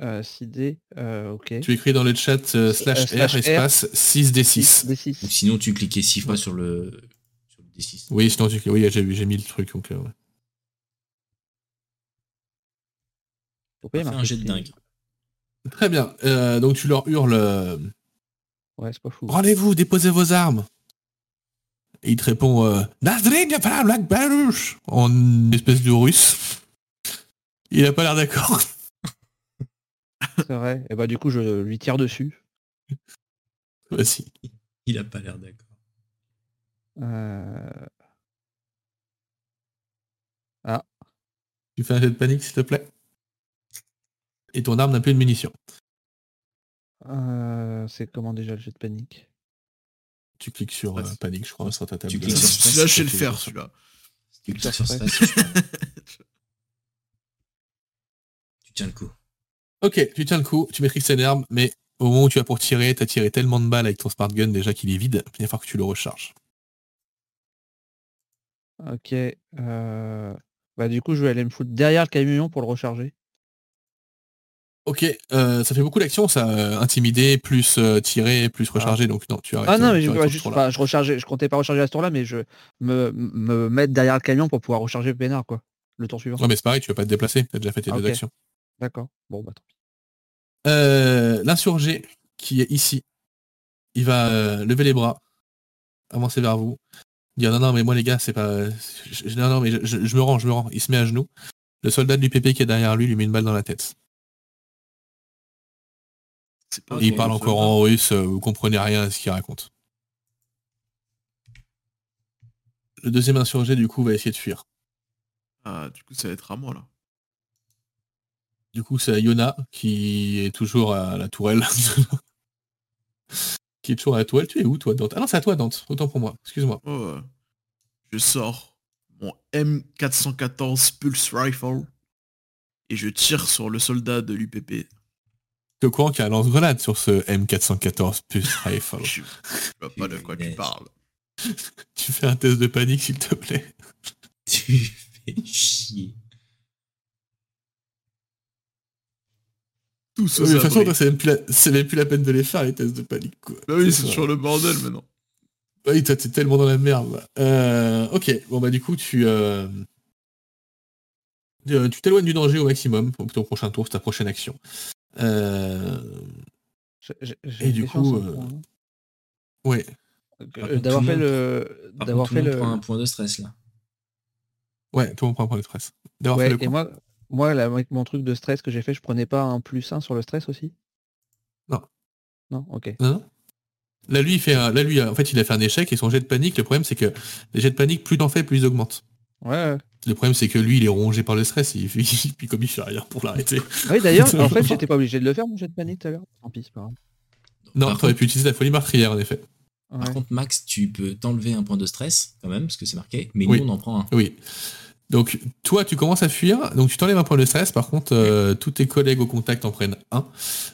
Euh, 6D, euh, ok.
Tu écris dans le chat euh, slash,
Euh, slash
R
R.
espace 6 d 6.
Des
Ou
6.
sinon, tu cliquais 6 fois sur le, sur le D6.
Oui, sinon tu... oui j'ai vu- j'ai mis le truc. Donc, euh, ouais.
Pourquoi il y a
Fais un
marqué
jet de
six
dingue.
Très bien. Euh, donc tu leur hurles euh,
Ouais, c'est pas fou.
Rendez-vous, déposez vos armes. Et il te répond euh, Nazrin, ya pas la blague barouche en espèce de russe. Il a pas l'air d'accord. [LAUGHS]
C'est vrai. Et bah du coup, je lui tire dessus.
Vas-y.
Il a pas l'air d'accord.
Euh,
Tu fais un jet de panique, s'il te plaît. Et ton arme n'a plus de munitions.
euh, C'est comment déjà le jet de panique
Tu cliques sur euh,
Stress.
panique, je crois, sur ta table.
Tu
de-
cliques sur stress,
Celui-là, je sais le
tu-
faire, celui-là.
Tu cliques sur
Après.
stress, je crois. tu tiens le coup. [LAUGHS]
Ok, tu tiens le coup, tu maîtrises cette arme, mais au moment où tu vas pour tirer, t'as tiré tellement de balles avec ton smart gun déjà qu'il est vide, il va falloir que tu le recharges.
Ok. euh, Bah du coup, je vais aller me foutre derrière le camion pour le recharger.
Ok, euh, ça fait beaucoup d'actions, ça euh, intimider, plus euh, tirer, plus recharger, donc non, tu arrêtes. euh,
Ah non, mais
tu
je,
arrêtes
bah,
ce
juste,
tour-là.
bah, je rechargeais, je comptais pas recharger à ce tour-là, mais je me, me mettre derrière le camion pour pouvoir recharger Pénard, quoi. Le tour suivant.
Ouais, mais c'est pareil, tu vas pas te déplacer, t'as déjà fait tes
Ah,
deux
ok.
actions.
D'accord. Bon, bah tant pis.
Euh, L'insurgé qui est ici, il va euh, lever les bras, avancer vers vous, dire non non mais moi les gars c'est pas, je- je- non non mais je, je- je me rends, je me rends. Il se met à genoux. Le soldat du PP qui est derrière lui lui met une balle dans la tête.
C'est pas hein.
Ok.
Et il
drôle,
parle
ça.
encore en russe, euh, vous comprenez rien à ce qu'il raconte. Le deuxième insurgé du coup va essayer de fuir.
Ah, du coup, ça va être à moi là.
Du coup, c'est Yona qui est toujours à la tourelle. [LAUGHS] qui est toujours à la tourelle. Tu es où, toi, Dante Ah non, c'est à toi, Dante. Autant pour moi. Excuse-moi.
Oh, euh, je sors mon M414 Pulse Rifle et je tire sur le soldat de l'UPP.
T'es au courant qu'il y a un lance-grenade sur ce M414
[LAUGHS]
plus rifle.
Je, je vois pas de quoi tu
Punaise.
parles.
tu fais un test de panique, s'il te plaît.
Tu fais chier.
Tous
Ouais, mais
aux
de toute façon,
abris.
toi, c'est même, plus la... c'est même plus la peine de les faire, les tests de panique, quoi.
Bah oui, c'est
ça.
sur le bordel maintenant.
Oui, toi, t'es tellement dans la merde. Euh, ok, bon, bah, du coup, tu. euh, euh, tu t'éloignes du danger au maximum pour ton prochain tour, c'est ta prochaine action. Euh,
J'ai- j'ai- j'ai une
du
question,
coup,
c'est un
euh,
point, hein.
ouais,
Par
Euh,
contre,
D'avoir
tout le
fait
monde-
le,
Par contre,
d'avoir
tout
fait
le monde
le,
prend un point de stress là.
ouais, tout le monde prend un point de stress. D'avoir
Ouais,
fait le coup.
et moi, moi là, avec mon truc de stress que j'ai fait, je prenais pas un plus 1 sur le stress aussi
Non.
Non, ok.
Non, non. Là, lui, il fait un- là, lui, euh, en fait, il a fait un échec et son jet de panique, le problème, c'est que les jets de panique, plus t'en fais, plus ils augmentent.
Ouais, ouais.
Le problème, c'est que lui, il est rongé par le stress, il, puis comme il fait [LAUGHS] rien pour l'arrêter.
Ah Oui, d'ailleurs, en fait,
Simplement.
j'étais pas obligé de le faire, mon jet de panique tout à l'heure. Tant pis, c'est pas grave.
Non,
par,
t'aurais
contre,
pu utiliser la folie meurtrière, en effet.
par
Ouais.
contre, Max, tu peux t'enlever un point de stress quand même, parce que c'est marqué, mais
Oui.
nous on en prend un.
Oui. Donc toi, tu commences à fuir, donc tu t'enlèves un point de stress. Par contre, euh, tous tes collègues au contact en prennent un,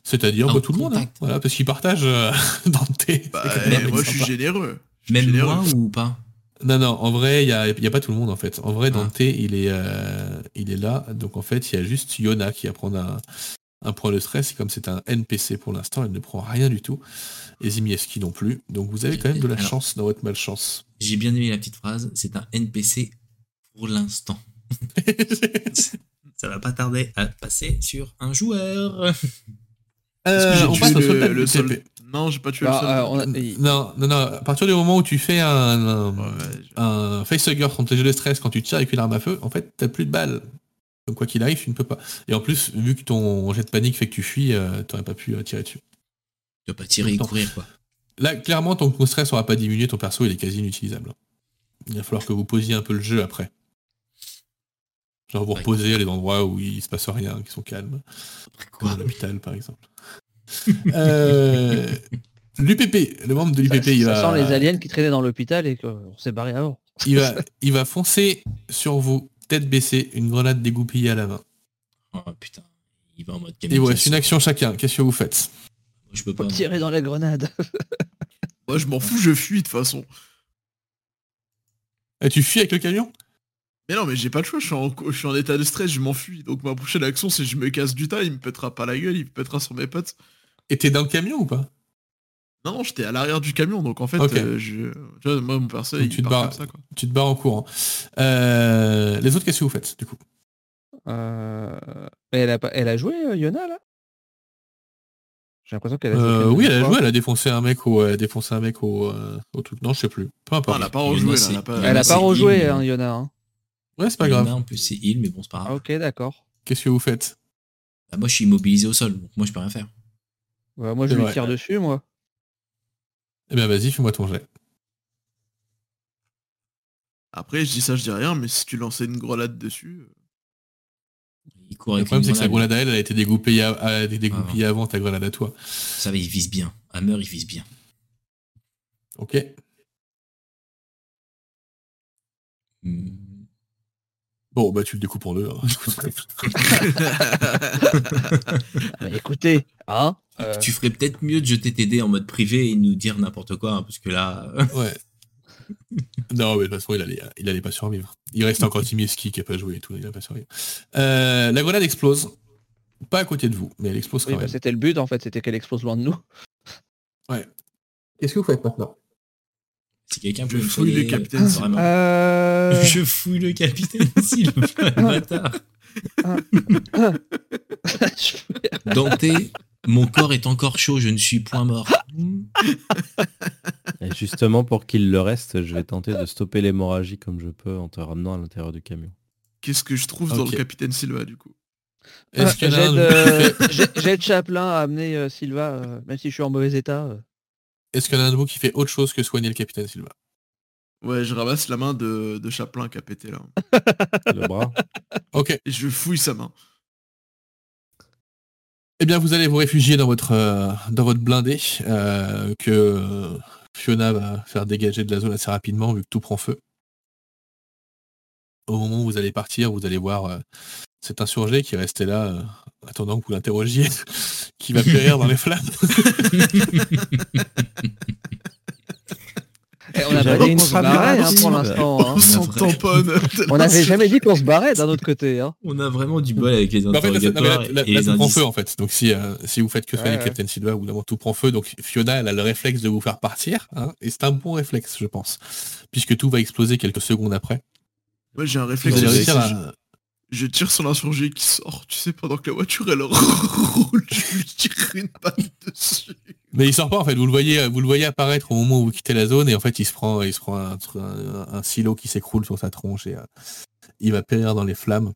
c'est-à-dire
Ah,
bah,
au
tout le monde, hein.
contact.
voilà, parce qu'ils partagent euh, [LAUGHS] dans tes.
Bah,
tes
eh,
collègues,
moi,
ils
je
sont
suis
pas-
généreux. Je suis
Même
généreux.
moi ou pas
Non, non, en vrai, il n'y a, il y a pas tout le monde en fait. En vrai,
Ah.
Dante, il, est, euh, il est là. Donc en fait, il y a juste Yona qui va prendre un, un point de stress, et comme c'est un NPC pour l'instant, elle ne prend rien du tout. Et Zimieski non plus. Donc vous avez quand même de la
Alors-
chance dans votre malchance.
J'ai bien aimé la petite phrase, c'est un NPC pour
[LAUGHS]
l'instant. Ça va pas tarder à passer sur un joueur.
Euh, on passe au soldat de TP.
soldat Non, j'ai pas tué
Bah,
le soldat.
euh, on a- et-
Non, non, non, à partir du moment où tu fais un, un,
Oh, Ouais, je-
un facehugger contre les jets de stress quand tu tires avec une arme à feu, en fait, t'as plus de balles. Donc quoi qu'il arrive, tu ne peux pas. Et en plus, vu que ton jet de panique fait que tu fuis, euh, t'aurais pas pu euh, tirer dessus.
Tu dois pas tirer et
Non.
courir, quoi.
Là, clairement, ton coup de stress aura pas diminué, ton perso il est quasi inutilisable. Il va falloir que vous posiez un peu le jeu après. Genre vous
Ouais.
reposez à des endroits où il se passe rien, qui sont calmes, comme à
Quoi
l'hôpital par exemple. [LAUGHS] euh, L'UPP, le membre de
ça-
l'UPP, il
ça
va...
sent les aliens qui traînaient dans l'hôpital et qu'on s'est barré avant.
Il va, il va foncer sur vous, tête baissée, une grenade dégoupillée à la main.
Oh putain, il va en mode
Il vous reste
kamikaze.
une action chacun. Qu'est-ce que vous faites
Moi, Je peux
Faut
pas.
tirer dans la grenade.
Moi, je m'en fous, je fuis de toute façon.
Et Eh, Tu fuis avec le camion
Mais non, mais j'ai pas le choix, je suis, en, co- je suis en état de stress, je m'enfuis. Donc ma prochaine action, c'est je me casse du tas, il me pètera pas la gueule, il me pètera sur mes potes.
Et t'es dans le camion ou pas
Non, non, j'étais à l'arrière du camion, donc en fait,
Ok.
euh, je... tu vois, moi, mon perso,
Donc
il
tu te
part
barres.
comme ça, quoi.
Tu te barres en courant. Euh, les autres, qu'est-ce que vous faites du coup
Euh, mais elle a, pas- elle a joué euh, Yona là J'ai l'impression qu'elle a joué.
Euh,
quelques
oui, elle a
fois.
joué, elle a défoncé un mec au, elle a défoncé un mec au, euh, au truc. Non, je sais plus. Peu
Non,
importe.
elle a pas
Il y en a,
rejoué, là,
c'est-
elle a pas...
il y en
Elle a
c'est
pas rejoué
il,
hein,
mais-
Yona. hein.
Ouais, c'est pas
Il y en a,
grave.
En plus, c'est il, mais bon, c'est pas grave.
Ah, ok, d'accord.
Qu'est-ce que vous faites
Bah, moi, je suis immobilisé au sol, donc moi, je peux rien faire.
Ouais, Bah, moi
C'est
je lui
vrai.
tire dessus moi.
Eh bien, vas-y, fais-moi ton jet.
Après, je dis ça, je dis rien, mais si tu lançais une grenade dessus... euh,
Il court
Le
avec
problème,
une
c'est que sa
grenade. Ah.
grenade à elle, elle a été dégoupillée, à- elle a été dégoupillée avant ta grenade à toi.
Vous savez, il vise bien. Hammer, il vise bien.
Ok.
Hmm.
Bon, bah, tu le découpes en
[LAUGHS]
deux. hein.
Ah, bah, écoutez, hein euh,
Tu ferais peut-être mieux de jeter tes dés en mode privé et nous dire n'importe quoi, hein, parce que là, [LAUGHS]
Ouais. non, mais de toute façon, il allait, il allait pas survivre. Il reste encore Timieski qui a pas joué et tout, il a pas survivre. Euh, la grenade explose. Pas à côté de vous, mais elle explose quand
oui, bah,
même.
c'était le but en fait, c'était qu'elle explose loin de nous.
Qu'est-ce que vous faites maintenant
si quelqu'un peut
Je
me
fouille
soigner,
le capitaine,
euh,
s'il
vraiment.
Euh... [LAUGHS]
Je fouille le
[LAUGHS]
capitaine, s'il vous plaît, bâtard. Dante, mon corps est encore chaud, je ne suis point mort.
Et justement, pour qu'il le reste, je vais tenter de stopper l'hémorragie comme je peux en te ramenant à l'intérieur du camion.
Qu'est-ce que je trouve dans
Ok.
le capitaine Silva, du coup
Est-ce qu'il y en a un
J'aide
de vous qui
euh,
fait-
j'ai- j'aide Chaplin à amener euh, Silva, euh, même si je suis en mauvais état. euh.
Est-ce qu'il y en a un de vous qui fait autre chose que soigner le capitaine Silva
Ouais, je ramasse la main de, de Chaplin qui a pété, là.
Le bras
Ok.
Et je fouille sa main.
Eh bien, vous allez vous réfugier dans votre euh, dans votre blindé euh, que euh, Fiona va faire dégager de la zone assez rapidement vu que tout prend feu. Au moment où vous allez partir, vous allez voir euh, cet insurgé qui est resté là, euh, attendant que vous l'interrogiez, [LAUGHS] qui va périr dans les flammes.
Eh, on a pas
J'avais
dit
une
qu'on se
frappe
barrait hein,
rapide.
pour l'instant. hein.
On s'en
vrai.
tamponne
On n'avait jamais dit qu'on se barrait d'un autre côté. Hein.
On a vraiment du bol avec les
Mais en fait, là, ça- non, mais là,
interrogatoires
là-
et
là,
les
tout prend
indices.
feu en fait. Donc si euh, si vous faites que soigner
Ouais,
le
ouais.
Capitaine Silva, au bout d'un moment, tout prend feu. Donc Fiona, elle a le réflexe de vous faire partir, hein, et c'est un bon réflexe, je pense, puisque tout va exploser quelques secondes après.
Moi, j'ai un réflexe.
Vous allez
de-
réussir
je-
à,
Je tire sur l'insurgé qui sort, tu sais, pendant que la voiture elle [LAUGHS] roule, je lui tire une patte dessus.
Mais il sort pas en fait, vous le voyez, vous le voyez apparaître au moment où vous quittez la zone et en fait il se prend, il se prend un, tr- un- un silo qui s'écroule sur sa tronche et euh, il va périr dans les flammes.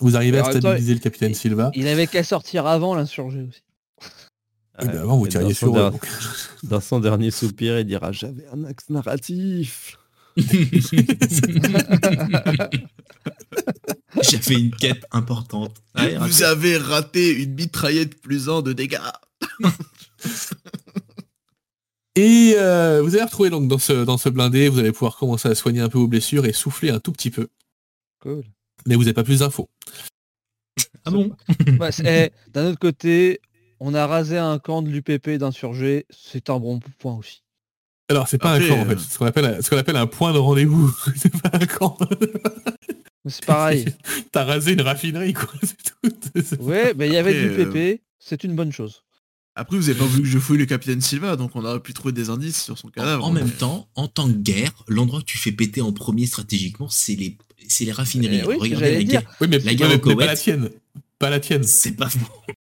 Vous arrivez à
Alors, attends,
stabiliser le capitaine
il-
Silva.
Il avait qu'à sortir avant l'insurgé aussi.
Eh ben, avant vous
euh, Et
tiriez
dans
sur
son
eux,
der-
donc.
Dans son dernier soupir, il dira J'avais un axe narratif
J'avais une quête importante. Allez,
Vous
raconte.
avez raté une mitraillette plus un de dégâts.
Et euh, vous allez retrouver donc dans ce, dans ce blindé, vous allez pouvoir commencer à soigner un peu vos blessures et souffler un tout petit peu.
Cool.
Mais vous n'avez pas plus d'infos.
Ah bon
Bah, c'est- eh, d'un autre côté, on a rasé un camp de l'UPP d'insurgés. C'est un bon point aussi.
Alors c'est pas
Après,
un camp en [LAUGHS]
euh,
fait, c'est ce qu'on appelle, un- ce qu'on appelle un point de rendez-vous. c'est pas un camp.
C'est [LAUGHS] pareil.
T'as rasé une raffinerie, quoi. [LAUGHS] C'est tout.
Ouais, mais il y avait du
Après, euh,
PP, c'est une bonne chose.
Après, vous avez pas vu que je fouille le capitaine Silva, donc on aurait pu trouver des indices sur son
En,
cadavre.
en même
mais-
temps, en tant que guerre, l'endroit que tu fais péter en premier stratégiquement, c'est les, c'est les raffineries.
Eh oui,
Regardez
j'allais
la
dire.
guerre.
Oui, mais,
La guerre
mais-
au
mais pas
Koweït.
la tienne. Pas la tienne.
C'est pas faux.